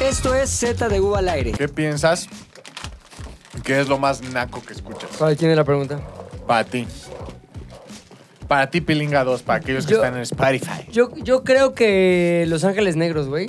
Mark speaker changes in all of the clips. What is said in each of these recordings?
Speaker 1: Esto es Z de U al aire.
Speaker 2: ¿Qué piensas? ¿Qué es lo más naco que escuchas?
Speaker 3: ¿Para quién es la pregunta?
Speaker 2: Para ti. Para ti, Pilinga 2, para aquellos que
Speaker 3: Yo-
Speaker 2: están en Spotify.
Speaker 3: Yo, yo creo que Los Ángeles Negros, güey.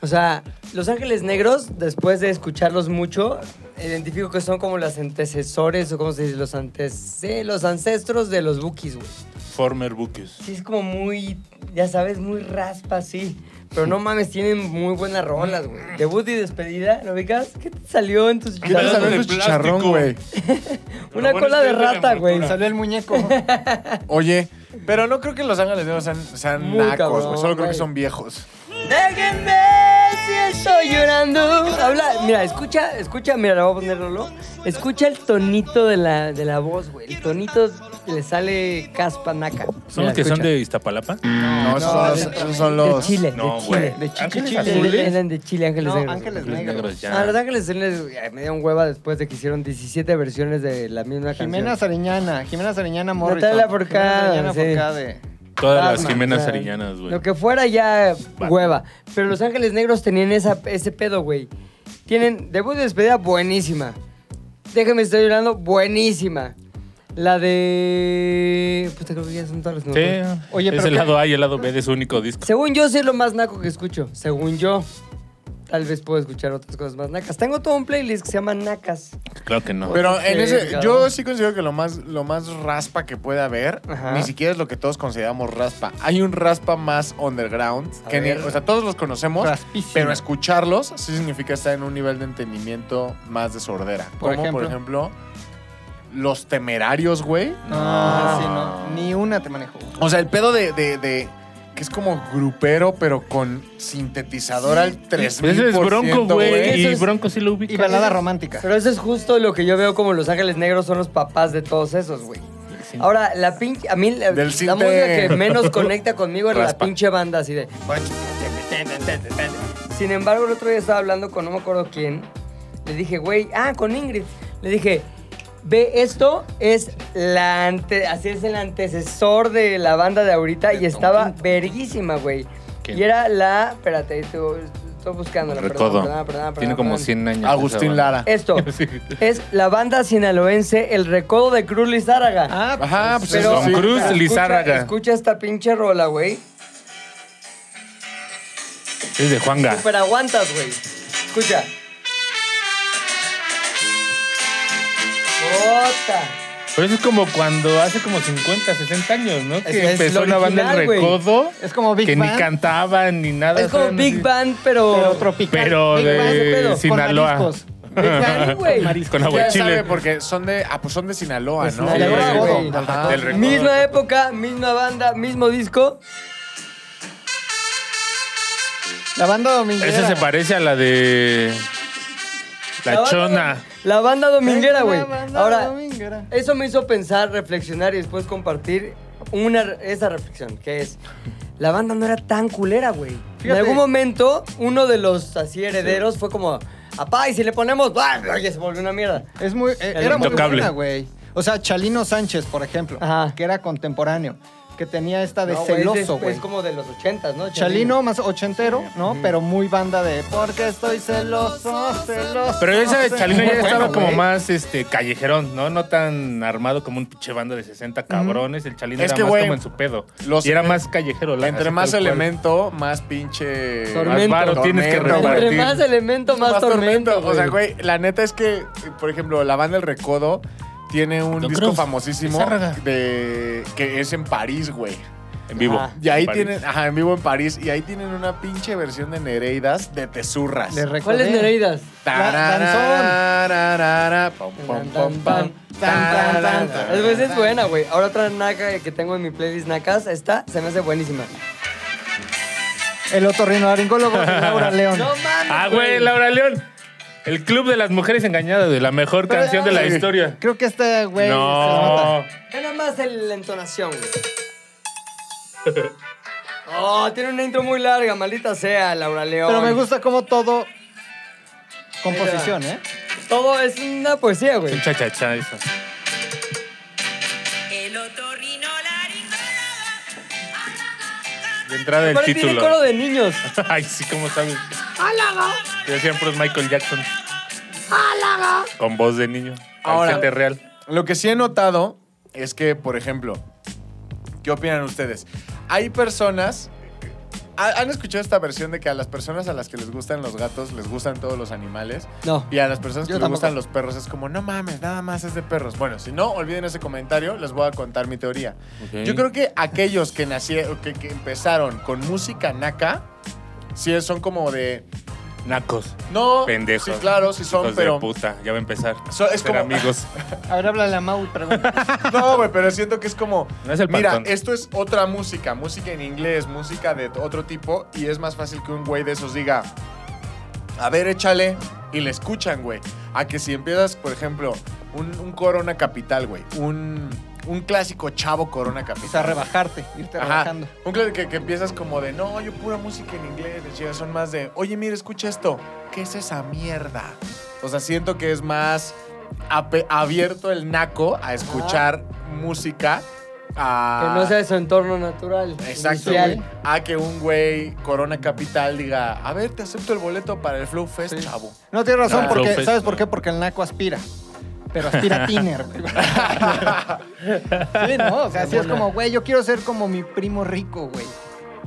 Speaker 3: O sea, Los Ángeles Negros, después de escucharlos mucho, identifico que son como los antecesores o como se dice, los, antece- los ancestros de los Bookies, güey.
Speaker 4: Former Buques.
Speaker 3: Sí, es como muy, ya sabes, muy raspa, sí. Pero no mames, tienen muy buenas rolas, güey. Debut y despedida, ¿no ubicas? ¿Qué te salió en tus
Speaker 2: ¿Qué te
Speaker 4: Pedazos
Speaker 2: salió en
Speaker 4: de
Speaker 2: tu chicharrón,
Speaker 4: plástico.
Speaker 2: güey?
Speaker 4: Pero
Speaker 3: Una
Speaker 4: bueno,
Speaker 3: cola de
Speaker 4: ustedes la
Speaker 3: rata, güey.
Speaker 4: envoltura.
Speaker 5: Salió el muñeco.
Speaker 2: Oye, pero no creo que los ángeles negros sean, sean
Speaker 3: Muy
Speaker 2: nacos,
Speaker 3: cabrón,
Speaker 2: güey. Solo creo que
Speaker 3: güey.
Speaker 2: son viejos.
Speaker 3: Déjenme si estoy llorando. Habla, mira, escucha, escucha, mira, le voy a poner Lolo. Escucha el tonito de la, de la voz, güey. El tonito le sale caspa naca.
Speaker 4: ¿Son
Speaker 3: Mira,
Speaker 4: los que son
Speaker 3: escucha.
Speaker 4: de Iztapalapa?
Speaker 2: No, esos,
Speaker 5: no,
Speaker 2: son los,
Speaker 5: de-
Speaker 2: esos son
Speaker 3: De
Speaker 2: los-
Speaker 3: Chile,
Speaker 4: No,
Speaker 3: de
Speaker 4: güey.
Speaker 3: Chile. De Chile.
Speaker 4: ¿Ángeles
Speaker 3: Eran-
Speaker 4: azules?
Speaker 3: Eran de Chile, Ángeles
Speaker 5: No,
Speaker 3: Negros.
Speaker 5: Ángeles
Speaker 4: Los
Speaker 5: Negros.
Speaker 4: negros
Speaker 3: Ah, Los
Speaker 4: ya.
Speaker 3: Ángeles Negros ay, me dieron hueva después de que hicieron 17 versiones de la misma
Speaker 5: Jimena
Speaker 3: canción.
Speaker 5: Sariñana, Jimena Sariñana Morrison.
Speaker 3: Natalia Forcada,
Speaker 5: Jimena Sariñana
Speaker 3: sí.
Speaker 5: Forcade.
Speaker 4: Todas las
Speaker 3: Batman, o
Speaker 4: Jimenas
Speaker 3: sea,
Speaker 4: Ariñanas, güey.
Speaker 3: Lo que fuera ya hueva. Pero Los Ángeles Negros tenían esa, ese pedo, güey. Tienen debut de despedida buenísima. Déjame estar llorando, buenísima. La de. Puta, creo que ya son todas las
Speaker 4: Sí.
Speaker 3: nuevas.
Speaker 5: Oye,
Speaker 4: es
Speaker 5: pero
Speaker 4: el
Speaker 5: ¿qué?
Speaker 4: lado A y el lado B de su único disco.
Speaker 3: Según yo, sí es lo más naco que escucho. Según yo. Tal vez puedo escuchar otras cosas más nacas. Tengo todo un playlist que se llama Nacas.
Speaker 4: Claro que no.
Speaker 2: Pero en
Speaker 3: Sí,
Speaker 2: ese,
Speaker 3: cabrón.
Speaker 2: yo sí considero que lo más, lo más raspa que puede haber,
Speaker 3: Ajá.
Speaker 2: ni siquiera es lo que todos consideramos raspa. Hay un raspa más underground,
Speaker 3: A
Speaker 2: que ni-
Speaker 3: ver.
Speaker 2: o sea, todos los conocemos,
Speaker 5: Raspísimo.
Speaker 2: pero escucharlos sí significa estar en un nivel de entendimiento más de sordera.
Speaker 5: Por
Speaker 2: Como, por ejemplo, los temerarios, güey.
Speaker 5: No, Ah, sí, no. Ni una te manejo.
Speaker 2: O sea, el pedo de, de- de- que es como grupero, pero con sintetizador al 3000%,
Speaker 4: Ese es Bronco,
Speaker 3: Es
Speaker 4: güey.
Speaker 3: que
Speaker 4: Y
Speaker 3: eso es-
Speaker 4: Bronco sí lo ubica.
Speaker 5: Y balada romántica.
Speaker 3: Pero eso es justo lo que yo veo como Los Ángeles Negros son los papás de todos esos, güey. Ahora, la pinche. A mí, la,
Speaker 2: Del
Speaker 3: la
Speaker 2: cinte-
Speaker 3: música que menos conecta conmigo es la
Speaker 2: Raspa.
Speaker 3: pinche banda así de. Sin embargo, el otro día estaba hablando con no me acuerdo quién. Le dije, güey, ah, con Ingrid. Le dije, ve, esto es la ante, así es el antecesor de la banda de ahorita y estaba verguísima, güey.
Speaker 4: ¿Qué?
Speaker 3: Y era la. Espérate, estoy, estoy buscándola.
Speaker 4: Sobre
Speaker 3: Perdón,
Speaker 4: todo.
Speaker 3: perdón, perdón,
Speaker 4: Tiene
Speaker 3: perdón,
Speaker 4: como
Speaker 3: perdón.
Speaker 4: 100 años.
Speaker 2: Agustín
Speaker 4: esa
Speaker 2: Lara.
Speaker 4: banda.
Speaker 3: Esto
Speaker 4: Sí.
Speaker 3: es la banda sinaloense El Recodo de Cruz Lizárraga.
Speaker 5: Ah,
Speaker 2: Ajá, pues
Speaker 3: Pero-
Speaker 2: eso sí.
Speaker 4: Don Cruz
Speaker 3: escucha-
Speaker 4: Lizárraga.
Speaker 3: Escucha esta pinche rola, güey.
Speaker 4: Es de Juanga.
Speaker 3: Super aguantas, güey. Escucha. Bota.
Speaker 4: Pero eso es como cuando hace como 50, 60 años, ¿no? Que
Speaker 3: Es- es
Speaker 4: empezó
Speaker 3: lo
Speaker 4: la banda El
Speaker 3: original, güey.
Speaker 4: Recodo.
Speaker 5: es como Big
Speaker 4: que
Speaker 5: Bang.
Speaker 4: ni cantaban ni nada.
Speaker 3: Es como
Speaker 4: eran así.
Speaker 3: Big Band, pero.
Speaker 5: Pero tropical.
Speaker 4: Pero
Speaker 5: Big Bang, ese
Speaker 4: de
Speaker 5: pedo, con
Speaker 4: Sinaloa.
Speaker 5: mariscos.
Speaker 3: Big Band, güey.
Speaker 4: Con
Speaker 2: Ya
Speaker 4: agua
Speaker 2: sabe,
Speaker 4: Ah, chile.
Speaker 2: porque son de, ah, pues son de Sinaloa, ¿no?
Speaker 3: De Sinaloa,
Speaker 2: Sí,
Speaker 3: güey.
Speaker 2: Ajá.
Speaker 4: Del recodo.
Speaker 3: Misma época, misma banda, mismo disco.
Speaker 5: La banda dominguera.
Speaker 4: Esa se parece a la de. La,
Speaker 3: banda-
Speaker 4: Chona.
Speaker 3: La banda dominguera, güey.
Speaker 5: La banda
Speaker 3: Ahora,
Speaker 5: dominguera.
Speaker 3: Eso me hizo pensar, reflexionar y después compartir una, esa reflexión, que es, la banda no era tan culera, güey. En
Speaker 5: Fíjate.
Speaker 3: algún momento, uno de los así herederos fue como, apá, y si le ponemos, ¡Bah! ya se volvió una mierda.
Speaker 5: Es muy, eh, era muy
Speaker 4: Intocable.
Speaker 5: buena, güey. O sea, Chalino Sánchez, por ejemplo,
Speaker 3: Ajá.
Speaker 5: que era contemporáneo, que tenía esta de
Speaker 3: No, güey, es de-
Speaker 5: celoso, güey.
Speaker 3: Es como de los ochentas, ¿no?
Speaker 5: Chalino más ochentero, ¿no? Pero muy banda de porque estoy celoso, celoso.
Speaker 4: Pero esa de
Speaker 5: celoso".
Speaker 4: Chalino ya
Speaker 5: Muy
Speaker 4: estaba
Speaker 5: bueno,
Speaker 4: como
Speaker 5: güey.
Speaker 4: más este, callejerón, ¿no? No tan armado como un pinche bando de 60 cabrones. El Chalino
Speaker 2: Es
Speaker 4: era
Speaker 2: que,
Speaker 4: más
Speaker 2: güey,
Speaker 4: como en su pedo.
Speaker 2: los-
Speaker 4: y era más callejero. la-
Speaker 2: Entre
Speaker 4: así
Speaker 2: más
Speaker 4: tal cual.
Speaker 2: elemento, más pinche.
Speaker 3: Tormento.
Speaker 2: Más varo tienes que
Speaker 3: Entre
Speaker 2: repartir.
Speaker 3: más elemento, más, tormento.
Speaker 2: O sea,
Speaker 3: güey.
Speaker 2: güey, la neta es que, por ejemplo, la banda El Recodo tiene un
Speaker 4: Don
Speaker 2: disco
Speaker 4: Cruz,
Speaker 2: famosísimo
Speaker 4: Lizárraga.
Speaker 2: de que es en París, güey.
Speaker 4: En vivo.
Speaker 3: Ajá.
Speaker 2: Y ahí
Speaker 4: En París.
Speaker 2: tienen, ajá, en vivo en París, y ahí tienen una pinche versión de Nereidas de Tesurras.
Speaker 5: Le recordé.
Speaker 3: ¿Cuáles Nereidas?
Speaker 2: Tararararara, pom, pom, pom, pam,
Speaker 5: tan, tan,
Speaker 2: tararara.
Speaker 3: Es, pues, es buena, güey. Ahora otra naca que tengo en mi playlist nacas, esta se me hace buenísima.
Speaker 5: El otorrinolaringólogo de Laura León.
Speaker 3: No mames.
Speaker 4: Ah, güey, Laura León. El Club de las Mujeres Engañadas, de la mejor
Speaker 5: Pero-
Speaker 4: canción de la
Speaker 5: Sí.
Speaker 4: historia.
Speaker 5: Creo que este güey
Speaker 4: No.
Speaker 3: Ve nada más el- la entonación, güey. Oh, tiene una intro muy larga, maldita sea, Laura León.
Speaker 5: Pero me gusta como todo composición, ¿eh?
Speaker 3: Todo es una poesía,
Speaker 4: Es
Speaker 3: güey.
Speaker 4: un cha-cha-cha eso.
Speaker 6: El otorrinolaringólogo.
Speaker 4: De entrada el
Speaker 3: Pero tiene
Speaker 4: título.
Speaker 3: coro de niños.
Speaker 4: Ay, sí, ¿cómo sabes? Que decían puros Michael Jackson. Con voz de niño.
Speaker 2: Ahora.
Speaker 4: Ahora. real.
Speaker 2: Lo que sí he notado es que, por ejemplo, ¿qué opinan ustedes? Hay personas. ¿ha- ¿Han escuchado esta versión de que a las personas a las que les gustan los gatos les gustan todos los animales?
Speaker 3: No.
Speaker 2: Y a las personas que
Speaker 5: Yo
Speaker 2: les
Speaker 5: tampoco.
Speaker 2: gustan los perros es como, no mames, nada más es de perros. Bueno, si no, olviden ese comentario, les voy a contar mi teoría.
Speaker 4: Ok.
Speaker 2: Yo creo que aquellos que, nacieron, que, que empezaron con música naca, sí son como de.
Speaker 4: Nacos.
Speaker 2: No,
Speaker 4: Pendejos.
Speaker 2: sí, claro, sí son,
Speaker 4: Hijos
Speaker 2: pero.
Speaker 4: de puta. Ya va a empezar.
Speaker 2: So- es
Speaker 4: Ser
Speaker 2: como-
Speaker 4: amigos.
Speaker 5: A ver, háblale a Mau y pregunta.
Speaker 2: No, güey, pero siento que es como.
Speaker 4: No es el
Speaker 2: Mira,
Speaker 4: pantón.
Speaker 2: esto es otra música, música en inglés, música de otro tipo, y es más fácil que un güey de esos diga, a ver, échale, y le escuchan, güey. A que si empiezas, por ejemplo, un, un Corona Capital, güey, un, un clásico chavo Corona
Speaker 5: O sea,
Speaker 2: Capital.
Speaker 5: pues, rebajarte, irte
Speaker 2: Ajá,
Speaker 5: rebajando.
Speaker 2: un clásico que, que empiezas como de, no, yo pura música en inglés, de chidas, son más de, oye, mira, escucha esto, ¿qué es esa mierda? O sea, siento que es más ape- abierto el naco a escuchar música. A...
Speaker 3: Que no sea de su entorno natural.
Speaker 2: Exacto,
Speaker 3: inicial.
Speaker 2: güey. A que un güey Corona Capital diga, a ver, te acepto el boleto para el Flow Fest,
Speaker 5: Sí.
Speaker 2: chavo.
Speaker 5: No, tienes razón,
Speaker 4: No,
Speaker 5: porque,
Speaker 4: Flow Fest,
Speaker 5: ¿sabes por
Speaker 4: no.
Speaker 5: qué? Porque el naco aspira. Pero aspira a tiner, güey. Sí, ¿no? O sea, así es como, güey, yo quiero ser como mi primo rico, güey.